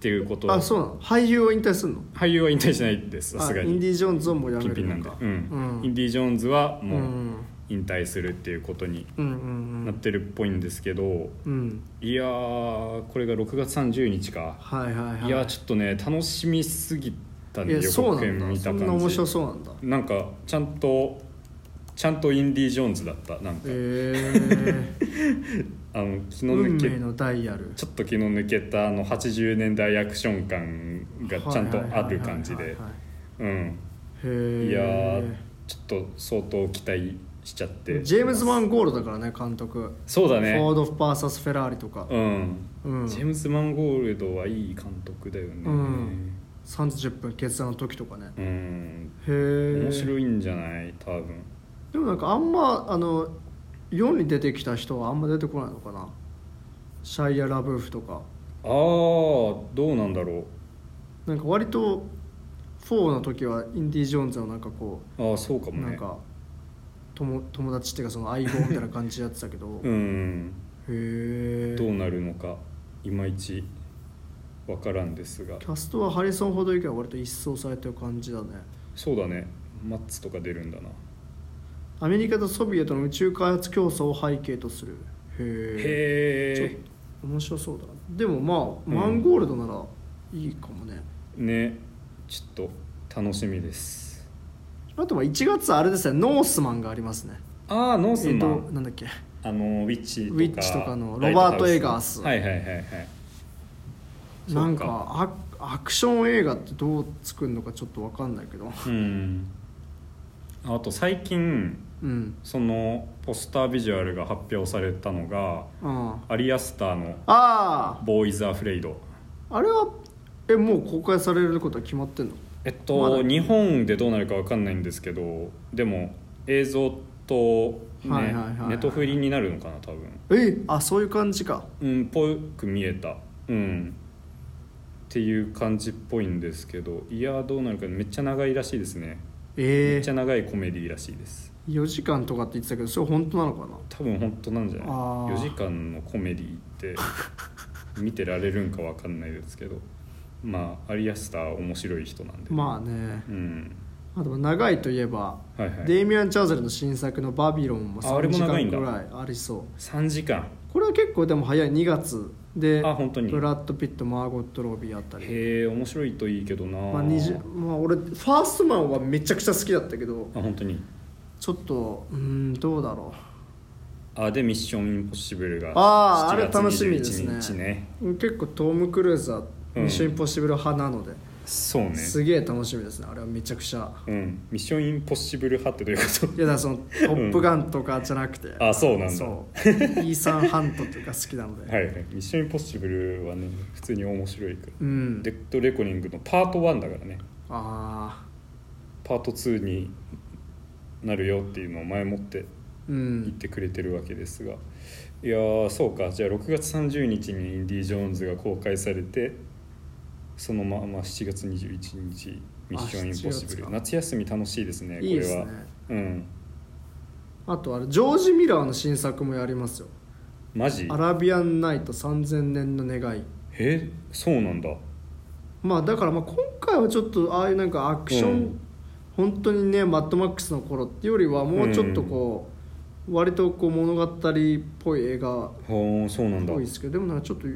ていうことあそうなの俳優を引退するの俳優は引退しないですさすがあインにディ・ジョーンズをもうやめ金る品なんのでか、うんうんインディ・ジョーンズはうんうもうん引退するっていうことにうんうなっんてるっぽいんですけどうんいやーこれが6月30日かはいはいはいいやーちょっとね楽しみすぎたいねや予そう告なん編見だそたんな感面白じそうなんだなんかちゃんとちゃんとインディ・ジョーンズだったなんかええあの気 の運抜け命のダイヤルちょっと気の抜けたあの80年代アクション感がちゃんとある感じはいはいではいはいうんへえいやーちょっと相当期待しちゃってジェームズ・マンゴールドだからね監督そうだねフォード VS フェラーリとか、うんうんジェームズ・マンゴールドはいい監督だよねうん3時10分決断の時とかねうんへえ面白いんじゃない多分でもなんかあんまあの世に出てきた人はあんま出てこないのかなシャイア・ラブーフとかああどうなんだろなんか割と4の時はインディ・ジョーンズのなんかこうああそうかう、もなんねか友友達っていうかその相棒みたいな感じでやってたけど、うへんえどうなるのかいまいちわからんですがキャストはハリソンほど以外は割と一掃されてる感じだねそうだねマッツとか出るんだなアメリカとソビエトの宇宙開発競争を背景とするへえへえ面白そうだなでもまあ、うんマンゴールドならいいかもねねちょっと楽しみですあとは1月あれですねノースマンがありますねああノースえっ、マン、となんだっけあのウィッチとかウィッチとかのロバートエガースはいはいはいはいそうかなんかアアクション映画ってどう作るのかちょっと分かんないけどうんあと最近うんそのポスタービジュアルが発表されたのがあアリアスターの「あボーイズ・アフレイドーあれはえもう公開されることは決まってんの」えっまと、だ日本でどうなるかわかんないんですけどでも映像と、ねはいはいはいはいネットフリになるのかな多分えあそういう感じかうんぽく見えたうんっていう感じっぽいんですけどいやどうなるかめっちゃ長いらしいですねめえっちゃえ長いコメディらしいです4時間とかって言ってたけどそれ本当なのかな多分本当なんじゃないあー4時間のコメディって 見てられるんかわかんないですけどまあアリアスター面白い人なんでまあねうんあと長いといえば、はいはいデイミアン・チャーゼルの新作の「バビロン」もああれ3も時長いん間だぐらいありそう3時間これは結構でも早い2月であ本当にブラッド・ピットマーゴット・ロビーあたりへえ面白いといいけどなまあ、20まあ俺ファーストマンはめちゃくちゃ好きだったけどあ本当にちょっとうーんどうだろあでミッションインポッシブルがあーあれ7月楽しみですね21日ねう結構トム・クルーズはうんミッション・インポッシブル派なので、そうねすげえ楽しみですねあれはめちゃくちゃうん、ミッションインポッシブル派ってどういうこいやだからその「トップガン」とかじゃなくて、と あそうなんだはそうイーサン・ハントとか好きなので、いはいミッションインポッシブルはね普通に面白いからうんデッドレコニングのパート1だからねああパート2になるよっていうのを前もってう言っんてくれてるわけですがいやーそうかじゃあ6月30日にインディ・ジョーンズが公開されてそのまま7月21日ミッションインポッシブあ7月ルか夏休み楽しいですねこいいですれはねうんあとあれジョージ・ミラーの新作もやりますよマ「ジアラビアン・ナイト3000年の願い」えそうなんだまあだからまあ今回はちょっとああいうなんかアクション、うん本当にねマッドマックスの頃っていうよりはもうちょっとこう、割とこう物語っぽい映画っほうそうなんだぽはいいですけどでもなんかちょっと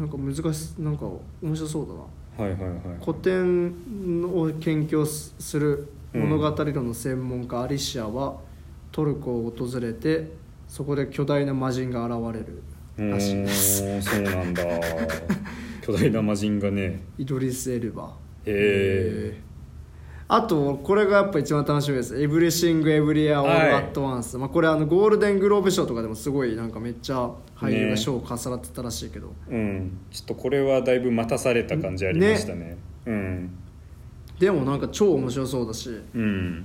なんか難しいなんか面白そうだなはいはい古典を研究すする物語論の専門家アリシアはトルコを訪れてそこで巨大な魔人が現れるうーらしいんですそうなん だ巨大な魔人がねイドリス・エルバへえあとこれがやっぱ一番楽しみです「エブリシング・エブリア・オール・アット・ワンス」まあ、これあのゴールデングローブ賞とかでもすごいなんかめっちゃ俳優が賞を重なってたらしいけど、うんちょっとこれはだいぶ待たされた感じありましたねうんでもなんか超面白そうだしうん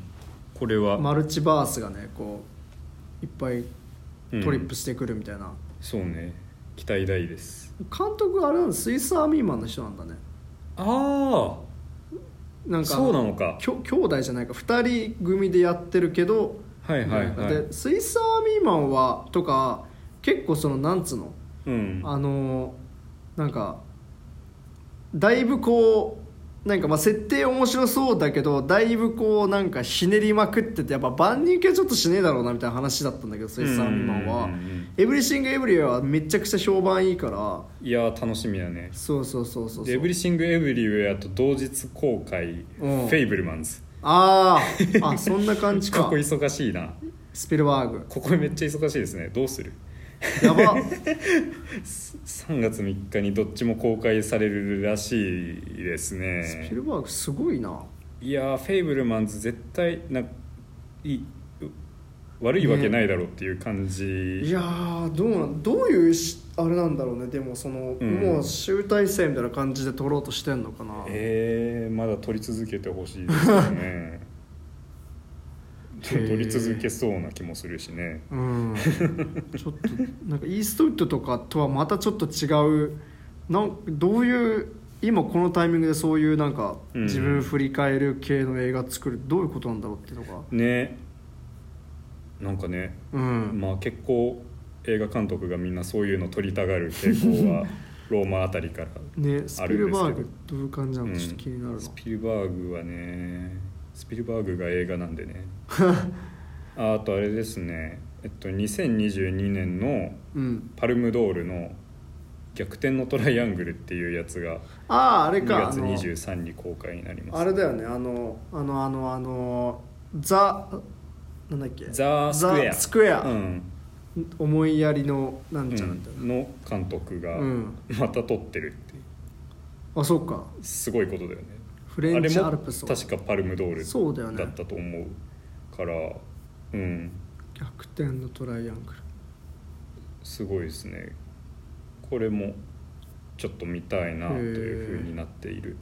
これは、マルチバースがねこういっぱいうんトリップしてくるみたいな、そうね期待大です監督あれなのスイスアーミーマンの人なんだねあなあんかそうなのかきょ兄弟じゃないか2人組でやってるけどはいはいはいでスイスアーミーマンはとか結構そのなんつうのうんあのなんかだいぶこうなんかまあ設定面白そうだけどだいぶこうなんかひねりまくっててやっぱ万人受けちょっとしねえだろうなみたいな話だったんだけどスイスアーミーマンうはんうんうんうん「エブリシング・エブリウェア」はめちゃくちゃ評判いいからいやー楽しみだねそうそうそうそうでそエうブリシング・エブリウェア」と同日公開「フうんェイブルマンズあーあそんな感」じ こかこ忙しいなスピルバーグここめっちゃ忙しいですねどうする やば3月3日にどっちも公開されるらしいですスねピルバーグすごいないやーフェイブルマンズ絶対ないい悪いわけないだろうっていう感じ、いやーどうなんどういうしあれなんだろうねでもその、うんもう集大成みたいな感じで撮ろうとしてんのかな、えー、まだ撮り続けてほしいですよ ね撮り続けそうな気もするしねうんちょっとなんかイーストウッドとかとはまたちょっと違うなんどういう今このタイミングでそういうなんかうん自分振り返る系の映画作るどういうことなんだろうっていうのがねなんかねうん、まあ結構映画監督がみんなそういうの撮りたがる傾向 はローマあたりからねスあピるんですけどルバーグどういう感じなのうんかちょっと気になるな、スピルバーグはねスピルバーグが映画なんで ねああとあれですねえっと2022年のうん、パルムドールの「逆転のトライアングル」っていうやつがあああれ2かあ月の23に公開になりますあれだよねあのあのあのあのザなんだっけザ・スクエアザクエアうん思いやりのなんちゃらみたいな、うんの監督がうんまた撮ってるってあそうかすごいことだよねフレンチアルプスあとれかも確かパルムドールそうだよねだったと思うからうん逆転のトライアングルすごいですねこれもちょっと見たいなというふうになっている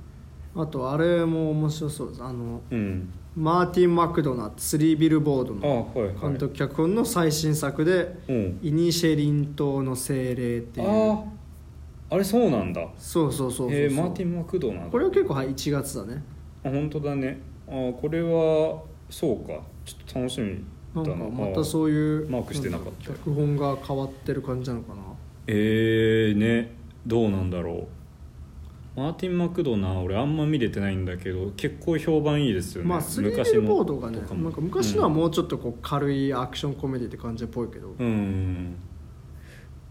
あとあれも面白そうですあのうんマーティン・マクドナッツリービルボードあのはいはい監督脚本の最新作でうん「イニシェリン島の精霊」っていあうああれそうなんだへそうそうそうそうそうえマーティン・マクドナルドこれは結構はい1月だねあ本当だねあーこれはそうかちょっと楽しみなだんなかまたうそういうマークしてなかった脚本が変わってる感じなのかなえー、ねどうなんだろうマーティン・マクドナー俺あんま見れてないんだけど結構評判いいですよねまあスリービルボードがね昔のとかもなんか昔のはもうちょっとこう軽いアクションコメディって感じっぽいけど、うん、うん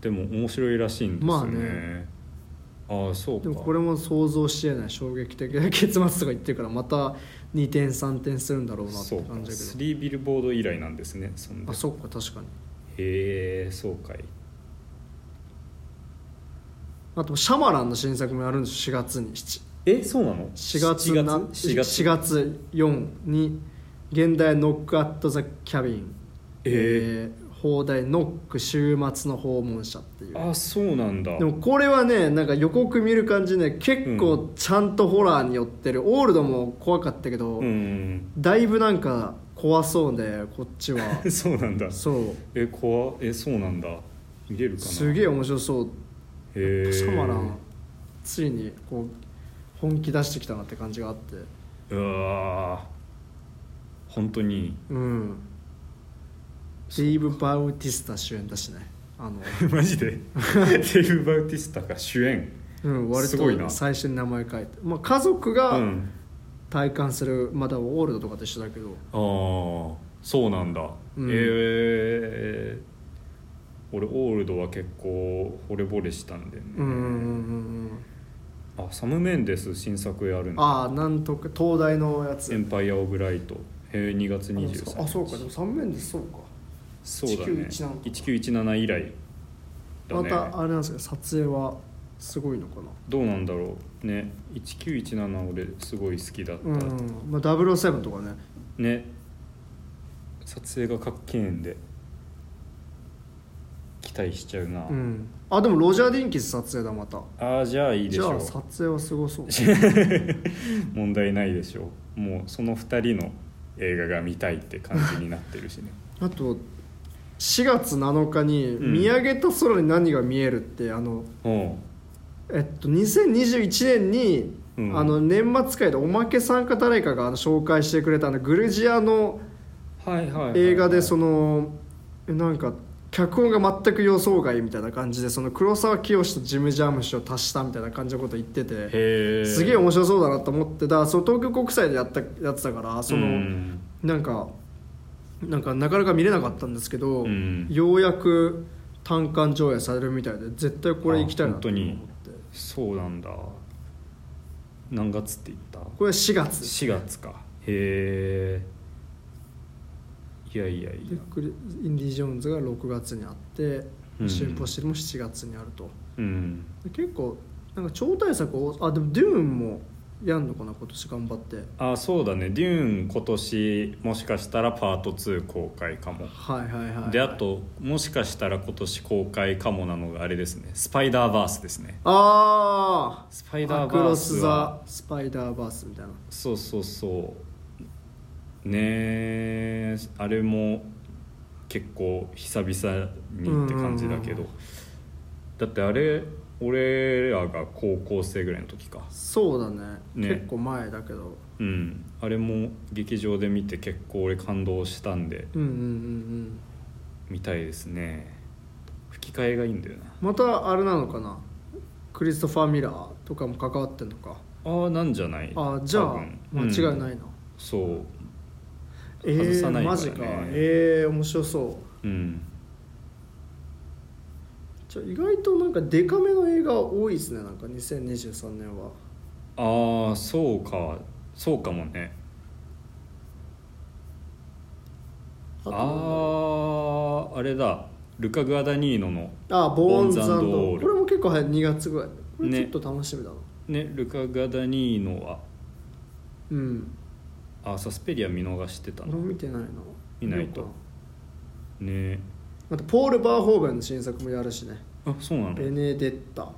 でも面白いらしいんですよね,、ああそうかでもこれも想像しえない衝撃的な結末とか言ってるからまた2点3点するんだろうなってそうか感じだスけリービルボード以来なんですねそんどであそっか確かにへえそうかいあとシャマランの新作もやるんですよ4月に7えそうなの4月な4月4月4に現代ノックアットザキャビンええー放題ノック週末の訪問者っていうあそうなんだでもこれはねなんか予告見る感じね結構ちゃんとホラーに寄ってる、オールドも怖かったけど、うんだいぶなんか怖そうでこっ ちはそうなんだそえ怖えそうなんだ見れるうかなすげえ面白そうへえサマランついにこう本気出してきたなって感じがあってうわー本当に うんディーブ・バウティスタ主演だしねあの、マ ジでデイブ・バウティスタが主演うん、割すごいなと最初に名前書いて、まあ、家族うがん体感する、まあだからオールドとかと一緒だけどああそうなんだ、うんえー俺オールドは結構惚れ惚れしたんでね、うんうんうんうんうんあサム・メンデス新作やるんだああなんとか東大のやつエンパイア・オブ・ライト」へえ2月23日あそうかでも3面でそうかそうだね1917 1917以来だまねたあれなんですか撮影はすごいのかなどうなんだろうね1917俺すごい好きだった、うん、まあ、007とかねね撮影がかっけえんで期待しちゃうな、うんあでもロジャー・ディンキス撮影だまたああじゃあいいでしじゃょあう撮影はすごそう 問題ないでしょうもうその2人の映画が見たいって感じになってるし ねあと4月7日に「うん見上げた空に何が見える」って、あのおうえっと2021年に、うんあの年末会でおまけ参加誰かがあの紹介してくれたあのグルジアのはいはいはいはい映画でそのえなんか脚本が全く予想外みたいな感じでその黒沢清とジム・ジャーム氏を足したみたいな感じのこと言っててへえすげえ面白そうだなと思ってだからその東京国際でやったやつだからその、うんなんかなんかなかなか見れなかったんですけど、うんようやく単館上映されるみたいで絶対これ行きたいなと思っあて本そうなんだ何月って言ったこれ4月4月かへえいやいやいでやクリインディ・ジョーンズが6月にあって「うんシンポシル」も7月にあるとうんで結構なんか超大作をあでも「デューン」もやんのかな今年頑張ってあそうだね「デューン」今年もしかしたらパート2公開かもはいはいはいであともしかしたら今年公開かもなのがあれですね「スパイダーバース」ですねあスパイーダアークバーロスス・はザ・スパイダーバースみたいなそうそうそうねえあれも結構久々にって感じだけどうんだってあれ俺らが高校生ぐらいの時かそうだねね結構前だけどうんあれも劇場で見て結構俺感動したんでうんうんうんうん見たいですね吹き替えがいいんだよなまたあれなのかなクリストファー・ミラーとかも関わってんのかああなんじゃないあじゃ多あ分間違いなうんいな、そうえー外さないからねマジかえー、面白そううんじゃあ意外となんかデカめの映画多いですねなんか2023年はああそうかそうかもねあとあああれだルカ・グアダニーノのあボーンズボーンズオールこれも結構早い2月ぐらいこれねちょっと楽しみだな、ねルカ・グアダニーノはうんあサスペリア見逃してたこれのも見てないな見ないとようかねなあとポール・バーホーベンの新作もやるしねあそうな「のベネデッタ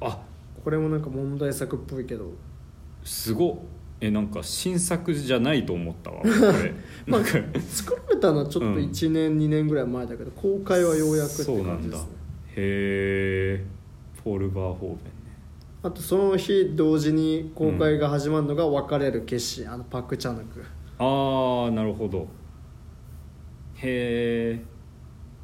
あ」これもなんか問題作っぽいけどすごっえなんか新作じゃないと思った わこれ なんか作られたのはちょっとうん1年、2年ぐらい前だけど公開はようやくってそうな感んじでだす、ね、へえポール・バーホーベンねあとその日同時に公開が始まるのが「別れる決心」あのパク・チャヌクああなるほどへえ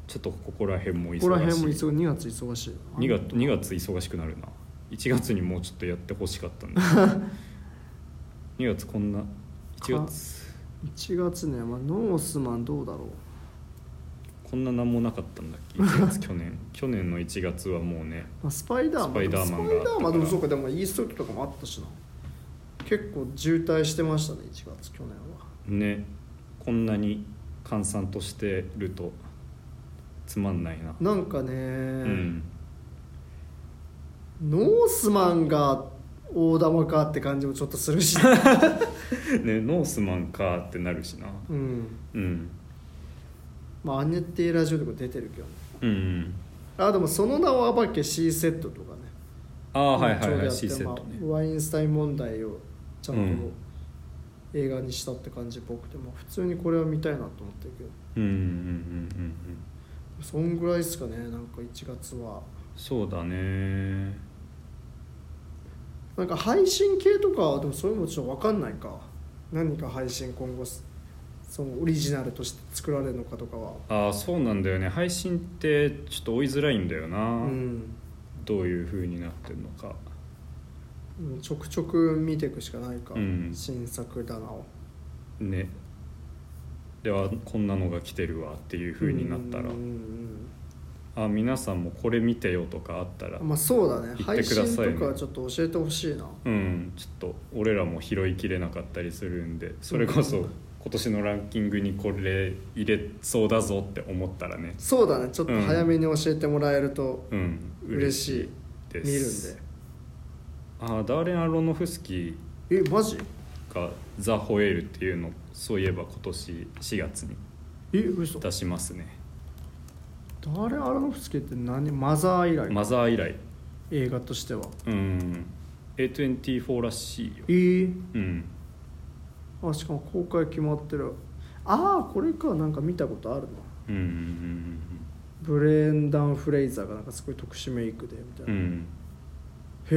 ちょっとここら辺も忙しいここら辺も忙2月忙しい2月 ,2 月忙しくなるな1月にもうちょっとやってほしかったんだ 2月こんな1月1月ね、まあ、ノースマンどうだろうこんな何もなかったんだっけ1月去年去年の1月はもうねまあ、スパイダーマンスパイダーマンがスパイダーマンでもそうかでもイースト期とかもあったしな結構渋滞してましたね1月去年はねこんなに閑散としてるとつまんないななんかね、うんノースマンが大玉かって感じもちょっとす るし、ねノースマンかってなるしなうんうんまあアネッティラジオとか出てるけどねうんうんあでもその名を暴け C セットとかねああはいはいはい C ちょうセどやッっトてねまあワインスタイン問題をちゃんうんと映画にしたって感じっぽくて、まあ普通にこれは見たいなと思ってるけどうんうんうんうんうんそんぐらいですかねなんか1月はそうだねなんか配信系とかでもそういうのちょっと分かんないか何か配信今後すそのオリジナルとして作られるのかとかはああそうなんだよね配信ってちょっと追いづらいんだよな、うんどういう風になってるのかうんちょくちょく見ていくしかないか、うん新作棚をねではこんなのが来てるわっていう風になったらうんうんあ皆さんもこれ見てよとかあったらうんまあそうだね言って配くだ信さいねとかちょっと教えてほしいなうんちょっと俺らも拾いきれなかったりするんでそれこうそん今年のランキングにこれ入れそうだぞって思ったらねそうだねちょっと早めに教えてもらえるとうん嬉しい、嬉で見るすんであーダーレン・アロノフスキえマジーが「ザ・ホエール」っていうのそういえば今年4月にえ嘘出しますね誰アラノフスキーって何マザー以来、マザー以来映画としてはうん A24 らしいよえー、うんあしかも公開決まってるああこれかなんか見たことあるなうんうんブレンダン・フレイザーがなんかすごい特殊メイクでみたいうんうな、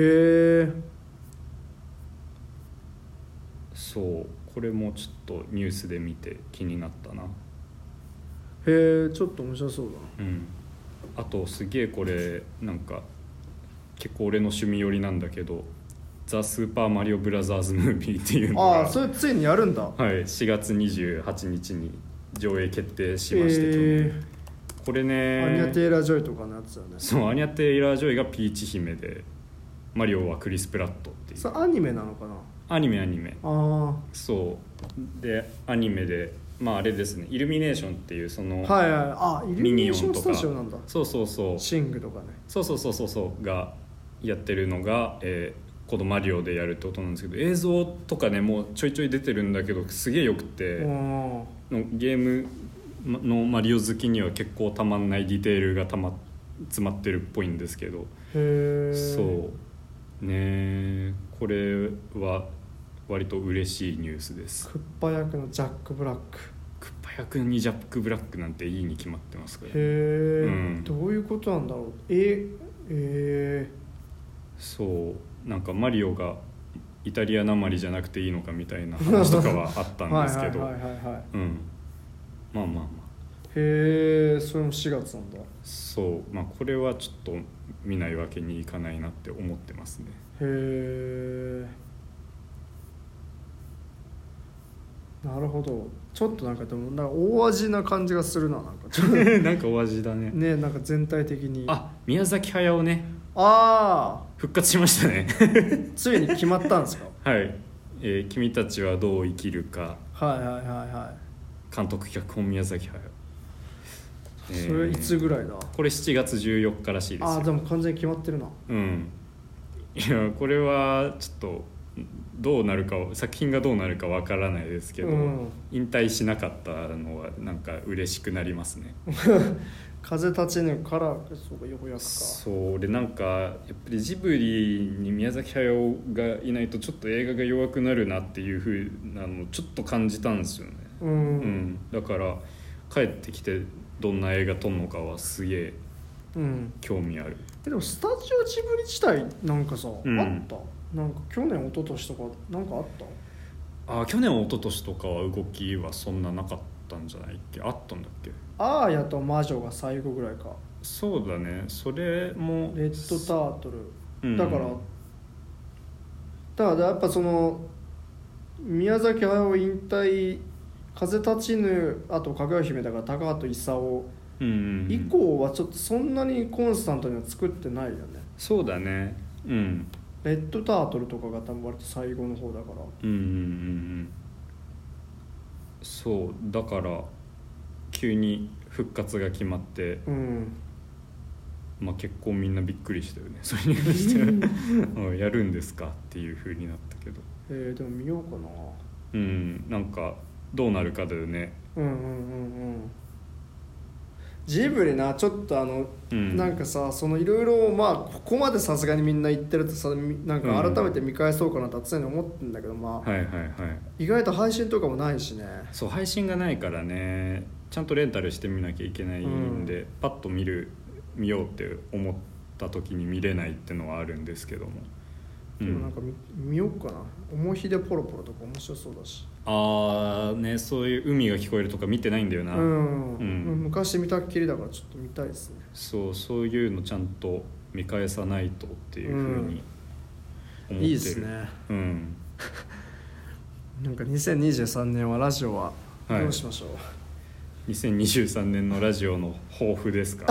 へんえそうこれもちょっとニュースで見て気になったなへえちょっと面白そうだなうんあとすげえこれなんか結構俺の趣味寄りなんだけど「ザ・スーパーマリオブラザーズ・ムービー」っていうのがああーそれついにやるんだはい、4月28日に上映決定しまして、去年えこれーアニア・テねイラー・ジョイとかのやつだねそうアニャ・テイラー・ジョイがピーチ姫でマリオはクリス・プラットっていそうれアニメなのかなアニメアニメあそうでアニメでまああれですねイルミネーションっていうその、あはいはいあイルミミネニーオションンとスかタジオなんだそうそうそうシングとかねそうそうそうそうそうがやってるのが、えー、このマリオでやるってことなんですけど映像とかねもうちょいちょい出てるんだけどすげえよくて、うんのゲームのマリオ好きには結構たまんないディテールがたま詰まってるっぽいんですけど、へえそうねえこれは割と嬉しいニュースですクッパ役のジャック・ブラッククッパ役にジャック・ブラックなんていいに決まってますからへえ、うんどういうことなんだろうええそうなんかマリオがイタリアなまりじゃなくていいのかみたいな話とかはあったー、んはでいすはけいどはいはいはいうんまあまあまあへえそれも4月なんだへそうまあこれはちょっと見ないわけにいかないなって思ってます ねえなるほどちょっとなんかでもなんか大味な感じがするななんかちょっなんかお味だねと ねなんか全体的にあ宮崎駿ねあ復活しましたねーついに決まったん ですかはい、えー君たちはどう生きるか」はいはいはいは監督脚本宮崎駿、えいーそれいつぐらいだ、これ7月14日らしいですあーよでも完全に決まってるなうんいやこれはちょっとどうなるか作品がどうなるかわからないですけど、うん引退しなかったのはなんか嬉しくなりますね風立ちぬからそうかよくやくかそうでなんかやっぱりジブリに宮崎駿がいないとちょっと映画が弱くなるなっていうふうなのをちょっと感じたんですよね、ううんん、だから帰ってきてどんな映画撮るのかはすげえうん興味あるえでもスタジオジブリ自体なんかさ、うんあったなんか去年一昨年とかなんかあったあ去年一昨年とかは動きはそんななかったんじゃないっけあったんだっけアーヤと魔女が最後ぐらいかそうだねそれもレッドタートル、うんだからだからやっぱその宮崎駿引退風立ちぬあとかぐや姫だから高畑勲うんうん以降はちょっとそんなにコンスタントには作ってないよねそうだねうんレッドタートルとかが多分割と最後の方だからうんうんうんうんそうだから急に復活が決まって、 うんまあ、結構みんなびっくりしたよね それに関しては うんやるんですかっていう風になったけどえー、でも見ようかなうんなんかどうなるかだよねうんうんうんうんジブリなちょっとあの、うんなんかさそのいろいろまあここまでさすがにみんな言ってるとさみなんかうん改めて見返そうかなとは常に思ってんだけどまあ、はいはいはい意外と配信とかもないしねそう配信がないからねちゃんとレンタルしてみなきゃいけないんで、パッと見る見ようって思った時に見れないってのはあるんですけども、うでもなんんか、見見ようかな「思いひでポロポロ」とか面白そうだしああねそういう海が聞こえるとか見てないんだような、ん、うん昔見たっきりだからちょっと見たいですねそうそういうのちゃんと見返さないとっていうふうに思ってる、いいですねうんなんか2023年はラジオははいどうしましょう、 2023年のラジオの抱負ですか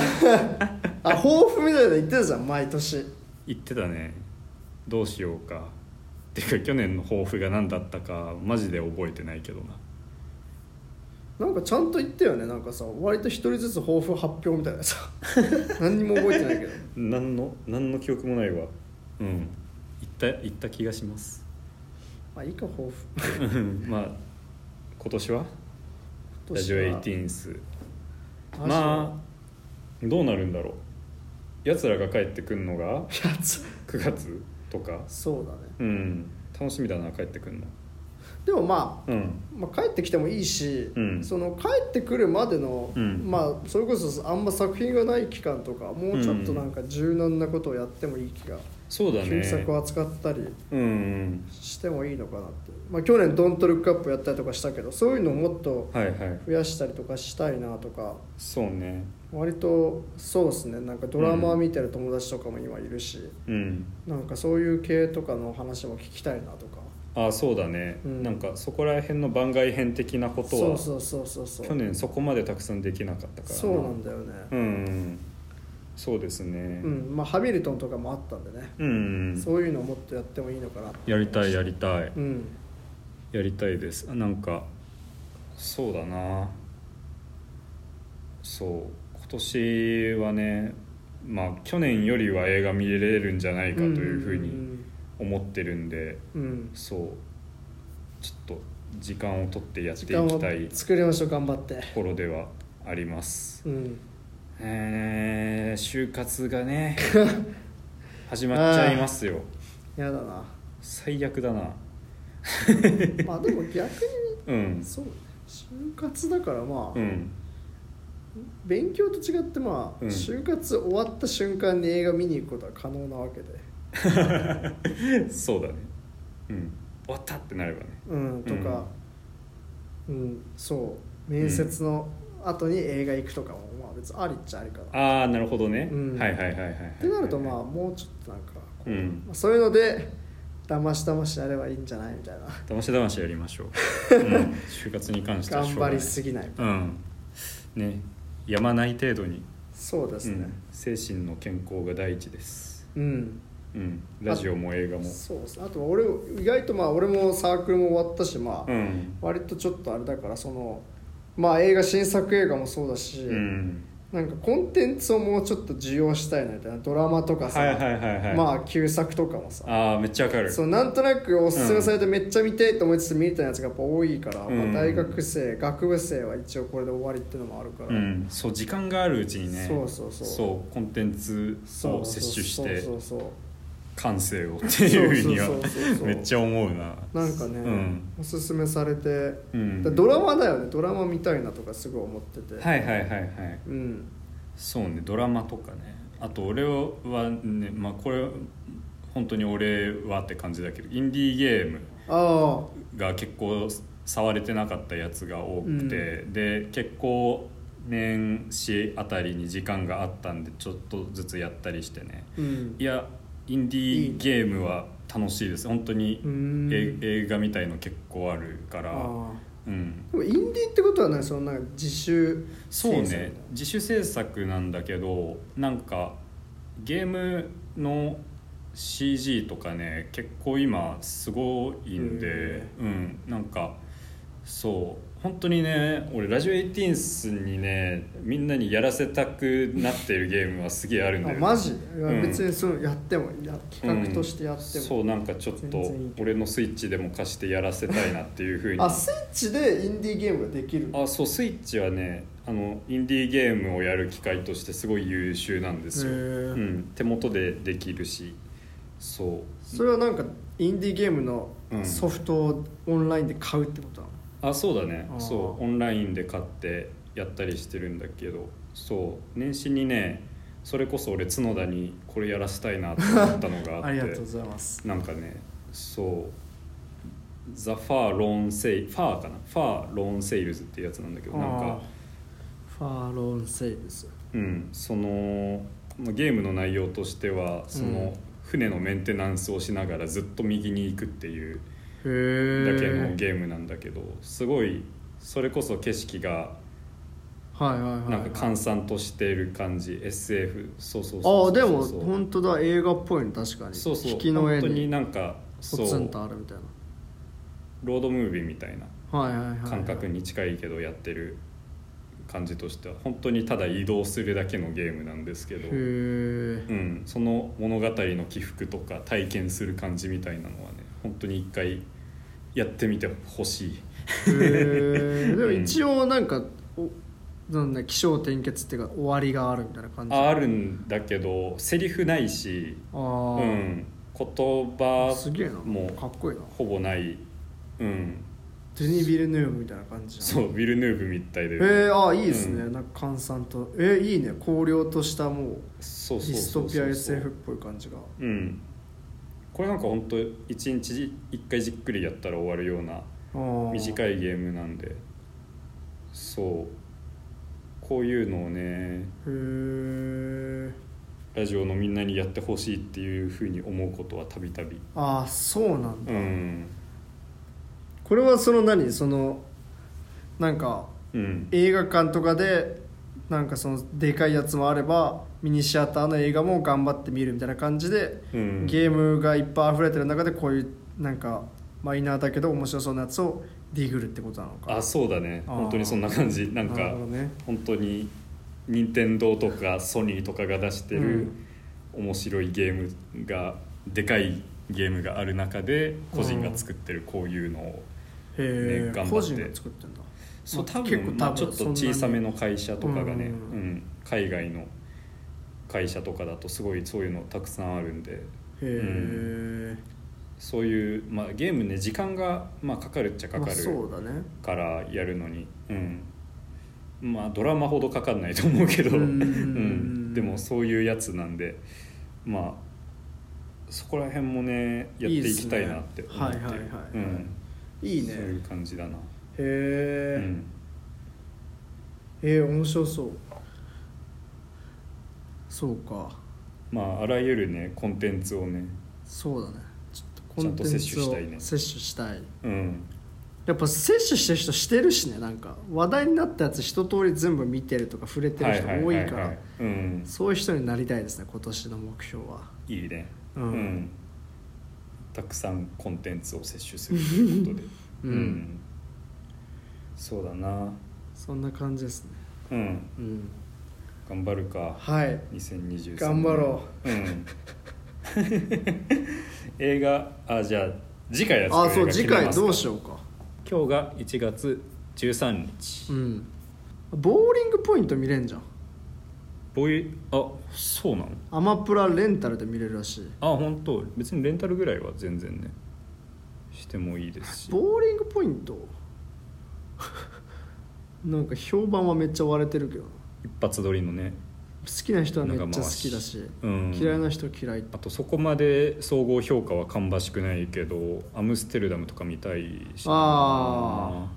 あ抱負みたいなの言ってたじゃん毎年言ってたねどうしようかてか去年の抱負が何だったかマジで覚えてないけどななんかちゃんと言ったよねなんかさ割と一人ずつ抱負発表みたい なさ何にも覚えてないけど何の何の記憶もないわうん言った言った気がします まあいいか抱負まあ今年はラジオエイティーンスマジでまあどうなるんだろうやつらが帰ってくんのがやつ9月とかそうだねうん楽しみだな帰ってくんのでもまあうんまあ、帰ってきてもいいし、うんその帰ってくるまでの、うんまあ、それこそあんま作品がない期間とかもうちょっとなんか柔軟なことをやってもいい気が、そうだね旧作を扱ったりうんうんしてもいいのかなって、まあ、去年「ドントルックアップやったりとかしたけどそういうのをもっとはいはい増やしたりとかしたいなとかそうね割とそうですねなんかドラマー見てる友達とかも今いるし、うんなんかそういう系とかの話も聞きたいなとかあそうだね、うんなんかそこら辺の番外編的なことそはうそうそうそうそう去年そこまでたくさんできなかったからそうなんだよね、うんうんそうですねうんまあ、ハミルトンとかもあったんでね、うんうんそういうのをもっとやってもいいのかなやりたいやりたいうんやりたいですあなんかそうだなそう今年はねまあ去年よりは映画見れるんじゃないかというふうに思ってるんでうんうんそうちょっと時間を取ってやっていき時間をたいと作りましょう頑張ってころではありますうんえー就活が ね始まっちゃいますよやだな最悪だなまあでも逆うんにそうね就活だからま あ、うん勉強と違ってまあ、うん就活終わった瞬間に映画見に行くことは可能なわけでそうだねうん終わったってなればねうんとかうん、そう面接の後に映画行くとかもまあ別にありっちゃありかなああなるほどね、うんはいはいはいはいはいってなるとまあもうちょっとなんかこう、うんまあそういうのでだましだましやればいいんじゃないみたいなだましだましやりましょう、 うん、就活に関しては頑しょうが張ないりすぎないうんねやまない程度に、そうですうねん、精神の健康が第一ですうん、うんラジオも映画もそうですねあとは俺意外とまあ俺もサークルも終わったしまあ、うん割とちょっとあれだからそのまあ映画新作映画もそうだし、うんなんかコンテンツをもうちょっと需要したいなみたいなドラマとかさ、はいはいはいはいまあ旧作とかもさああめっちゃわかるそうなんとなくおすすめされてめっちゃ見ていと思いつつ見れたやつがやっぱ多いから、うんまあ、大学生学部生は一応これで終わりっていうのもあるかうら、ん、そう時間があるうちにねそうそうそうそうコンテンツそをう摂取しそてうそうそう感性をっていうふうにはそうそうそうそうめっちゃ思うななんかね、うんおすすめされて、うんだドラマだよねドラマ見たいなとかすごい思ってて、はいはいはいはいうんそうねドラマとかねあと俺はねまあこれ本当に俺はって感じだけどインディーゲームあが結構触れてなかったやつが多くて、で結構年始あたりに時間があったんでちょっとずつやったりしてねあうんいやインディーゲームは楽しいです本当にうーんえ映画みたいの結構あるかあらあうんでもインディーってことはねそのなんか自習そう制作ね自主制作なんだけどなんかゲームの CG とかね結構今すごいんでへうんなんかそう本当にね俺ラジオエイティーンスにねみんなにやらせたくなってるゲームはすげえあるんだあよねマジ、いやうん別にそのやってもや企画としてやっても、そうなんかちょっと全然いいけど俺のスイッチでも貸してやらせたいなっていうふうにあスイッチでインディーゲームができるあそうスイッチはねあのインディーゲームをやる機会としてすごい優秀なんですよ、へうーん、手元でできるしそうそれはなんかインディーゲームのうんソフトをオンラインで買うってことなの、あそうだねあーそうオンラインで買ってやったりしてるんだけどそう年始にねそれこそ俺角田にこれやらせたいなと思ったのがあって ありがとうございますなんかねそう「ザ・ファー・ローン・セイ」ファーかな「ファー・ローン・セイルズ」っていうやつなんだけどなんあかーファーロンセイルスうん、そのまあゲームの内容としてはそうんの船のメンテナンスをしながらずっと右に行くっていうへだえけのゲームなんだけどすごいそれこそ景色がはいはいはいなんか閑散としている感じ SF そうそうあそあうでそもうそう本当だ映画っぽいの確かにそうそう引きの絵本当にになんかポそツンうとあるみたいなロードムービーみたいなはいはいはい感覚に近いけどやってる感じとしては本当にただ移動するだけのゲームなんですけへど、えうん、その物語の起伏とか体験する感じみたいなのはね本当に一回やってみてほしいへ えでも一応なんかおなんだ起承転結っていうか終わりがあるみたいな感じああるるんだけどセリフないし、あうー、ん、言葉すげえなもかっこいいなほぼない、うん、デニー・ビルヌーブみたいな感じじゃそんうヴィルヌーブみたいで、えー、あーいいですね、うなんか閑散とえー、いいね荒涼としたもうそうデそうィスそトうピそアう SF っぽい感じがうん、これなんか本当一日一回じっくりやったら終わるような短いいゲームなんでそうこういうのをねへえラジオのみんなにやってほしいっていうふうに思うことはたびたびああそうなんだうんこれはその何そのなんかうん映画館とかでなんかそのでかいやつもあればミニシアターの映画も頑張って見るみたいな感じで、うんゲームがいっぱい溢れてる中でこういうなんかマイナーだけど面白そうなやつをディグルってことなのかあそうだねあー本当にそんな感じなんなるかほどね本当に任天堂とかソニーとかが出してる面白いゲームがでかいゲームがある中で個人が作ってるこういうのをへねえ、頑張って個人が作ってんだそうまあ多結構分多分まあちょっと小さめの会社とかがね、ううんん海外の会社とかだとすごいそういうのたくさんあるんでへえ、そういう、まあ、ゲームね時間が、まあ、かかるっちゃかかまあ、そるうだねからやるのに、うんまあドラマほどかかんないと思うけど、ううんん、でもそういうやつなんでまあそこら辺もねやっていきたいなって思っていいっすねはいはいはいうんいいねそういう感じだな、へえ、うんえー、面白そうそうかまああらゆるねコンテンツをねそうだねちょっとコちゃンんテとンツを摂取したいね摂取したいうんやっぱ摂取してる人してるしねなんか話題になったやつ一通り全部見てるとか触れてる人多いからうんそういう人になりたいですね今年の目標はいいねうんたくさんコンテンツを摂取するという ことでうんそうだなそんな感じですねうんうん頑張るかはい2023年頑張ろう、ん、映画あじゃあ次回やつあそう次回どうよしようか今日が1月13日うんボーリングポイント見れんじゃんボイあそうなのアマプラレンタルで見れるらしいあ本当別にレンタルぐらいは全然ねしてもいいですしボーリングポイント なんか評判はめっちゃ割れてるけどな一発撮りのね好きな人はめっちゃ好きだし、うん嫌いな人嫌いってあとそこまで総合評価は芳しくないけどアムステルダムとか見たいしなあ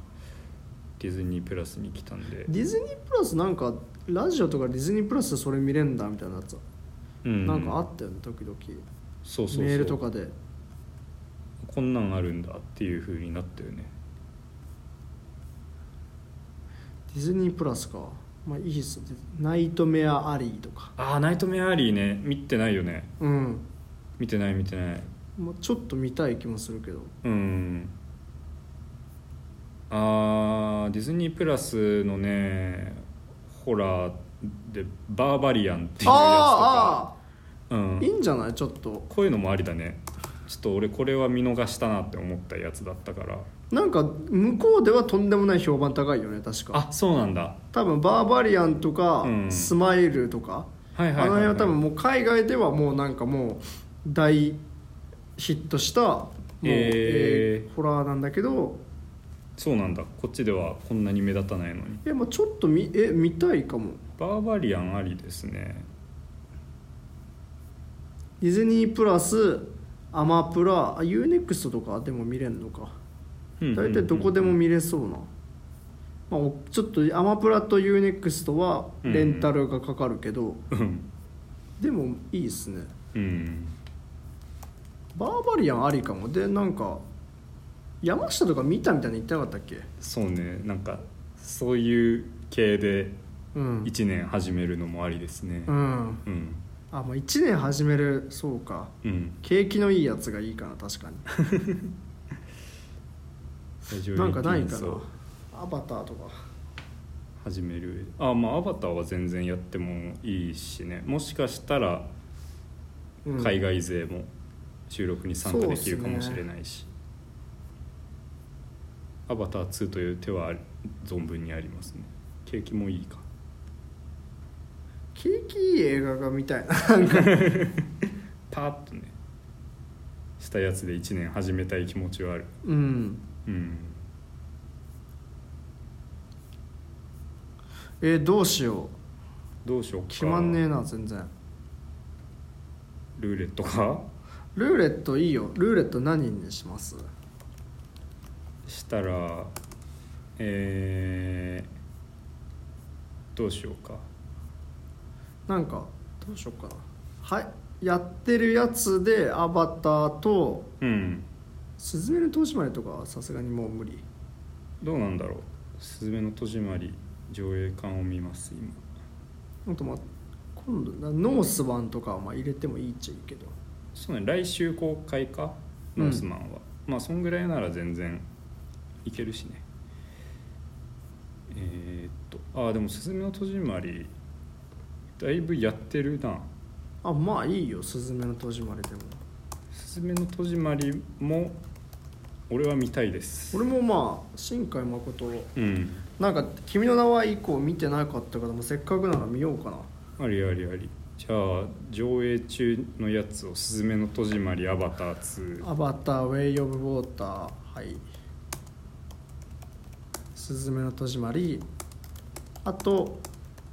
ディズニープラスに来たんで、ディズニープラスなんかラジオとかディズニープラスでそれ見れんだみたいなやつ、うんなんかあったよね時々そうそうそうメールとかでこんなんあるんだっていう風になったよねディズニープラスかまあいいっすねナイトメアアリーとかああナイトメアリーね見てないよねうん、見てない見てないまあ、ちょっと見たい気もするけどうんあーディズニープラスのねホラーで「バーバリアン」っていうやつとかあうーあんーいいんじゃないちょっとこういうのもありだねちょっと俺これは見逃したなって思ったやつだったからなんか向こうではとんでもない評判高いよね確かあそうなんだ多分バーバリアンとか、うんスマイルとか、はいはいはい、あの辺は多分もう海外ではもうなんかもう大ヒットしたもう、えーえーホラーなんだけどそうなんだこっちではこんなに目立たないのにいやまあちょっとみえ見たいかもバーバリアンありですねディズニープラスアマプラあ UNEXT とかでも見れんのかうん大体どこでも見れそうな、まあお、ちょっとアマプラと UNEXT はレンタルがかかるけど、うんでもいいっすねうんバーバリアンありかもでなんか山下とか見たみたいに言ってなかったっけそうねなんかそういう系でうん、 1年始めるのもありですねうん、うんあもう1年始めるそうかうん景気のいいやつがいいかな確かに怪獣なんかない一か気なにそうアバターとか始めるあまあアバターは全然やってもいいしねもしかしたらうん海外勢も収録に参加できるかもしれないし、アバター2という手は存分にありますね景気もいいか景気いい映画が見たいななんかパーッとねしたやつで1年始めたい気持ちはあるうんうんえーどうしようどうしようか決まんねえな全然ルーレットかルーレットいいよルーレット何にしますしたらえー、どうしようかなんかどうしようかなはいやってるやつでアバターとうん「すずめの戸締まり」とかはさすがにもう無理どうなんだろう「すずめの戸締まり」上映館を見ます今あとまあ今度なノースワンとかはまあ入れてもいいっちゃいいけどそうね来週公開かうんノースマンは、まあそんぐらいなら全然いけるしねえーっとああでも「すずめの戸締まり」だいぶやってるなあまあいいよ「すずめの戸締まり」でも「すずめの戸締まり」も俺は見たいです俺もまあ新海誠うんなんか「君の名は」以降見てなかったからもうせっかくなら見ようかなありありありじゃあ上映中のやつを「すずめの戸締まりアバター2」アバター、ウェイ・オブ・ウォーター、はい。スズメの戸締まり、あと、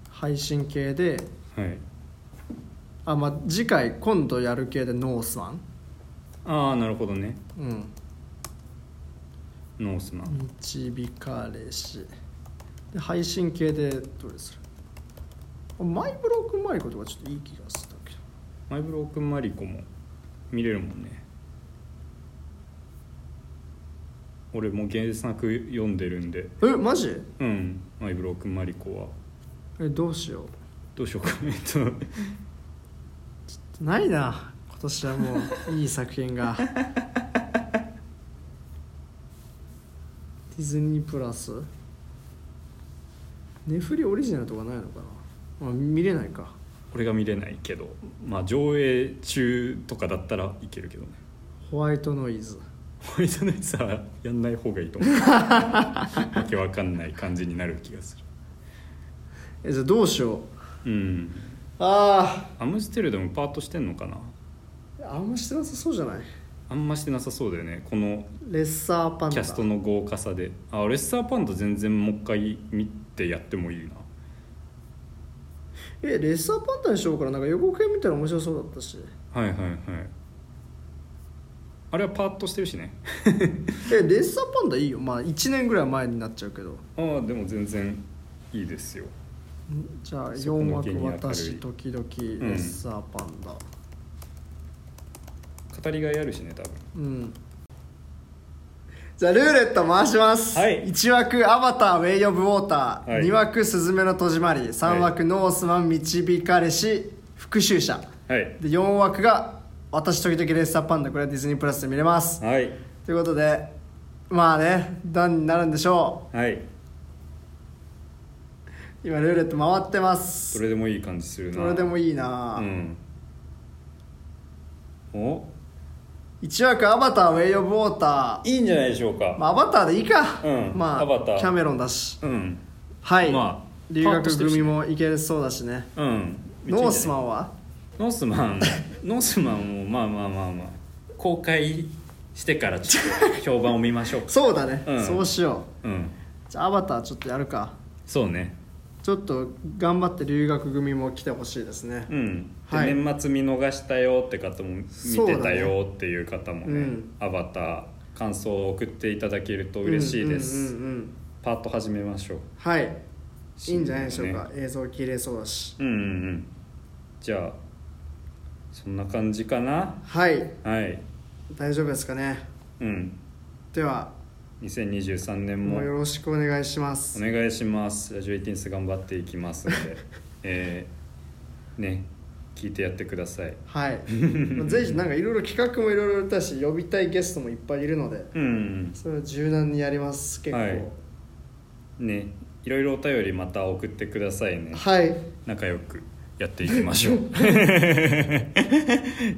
配信系で、はいあ、まあ、次回、今度やる系でノースワン。ああなるほどねうん。ノースマン導かれし。で、配信系で、どれするあマイブロックマリコとかちょっといい気がしたけど。マイブロークンマリコも見れるもんね俺も原作読んでるんでえ、マジうんマイブロークンマリコはえ、どうしよどうしようか えっう。ないな、今年はもう、いい作品が。 ディズニープラスネフリオリジナルとかないのかな、まあ、見れないかと俺が見れないけどまあ上映中とかだったらいけるけどねホワイトノイズホワイトナイツはやんない方がいいと思うわけわかんない感じになる気がすえじゃあどうしようるうんあアムステルダムパートしてんのかなああんましてなさそうじゃないあんましてなさそうだよねこのレッサーパンダキャストの豪華さであレッサーパンダ全然もう一回見てやってもいいなえレッサーパンダにしようからなんか予告編見たら面白そうだったしはいはいはいあれはパーッとしてるしねえレッサーパンダいいよまあ1年ぐらい前になっちゃうけどんああでも全然いいですよじゃあそこ4の原因明枠るい私時々レッサーパンダ語りがいあるしね多分うん、じゃあルーレット回します、はい1枠アバターウェイ・オブ・ウォーター、はい2枠スズメの戸締まり3枠ノースマン導かれし復讐者はいで4枠が私時々レッサーパンダこれはディズニープラスで見れますはいということでまあね段になるんでしょはいう今ルーレット回ってますどれでもいい感じするなどれでもいいいいな、うんお1枠アバターウェイ・オブ・ウォーターいいんじゃないでしょうか、まあアバターでいいか、うんまあアバターキャメロンだしうんはい、まあ留学組もいけそうだしねうんノースマンンはノースマンノースマンもまあまあまあまあ公開してからちょっと評判を見ましょうかそうだね、うんそうしようんうじゃあアバターちょっとやるかそうねちょっと頑張って留学組も来てほしいですねうん、ではい年末見逃したよって方も見てたよっていう方もねうんアバター感想を送っていただけると嬉しいです、うんうんうんうんパート始めましょうはいいいんじゃないでしょう新か年、映像綺麗そうだしうんうんうんじゃあそんな感じかなはいはい大丈夫ですかねうんでは2023年ももうよろしくお願いしますお 願いしますラジオエイティンス頑張っていきますのでえーね聞いてやってくださいはいぜひなんかいろい ろ企画もいろいろやったし呼びたいゲストもいっぱいいるのでうんそれを柔軟にやります結構はいねいろいろお便りまた送ってくださいねはい、仲良くやっていきましょ う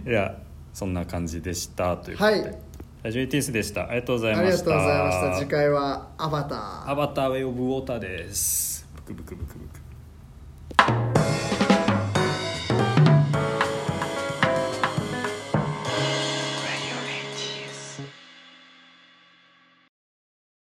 じゃあそんな感じでしたということで、はいラジオ ETS でしたありがとうございあまりがしとうございましたた次回は「アバター」アバターウェイオブウォーターですブクブクブクブク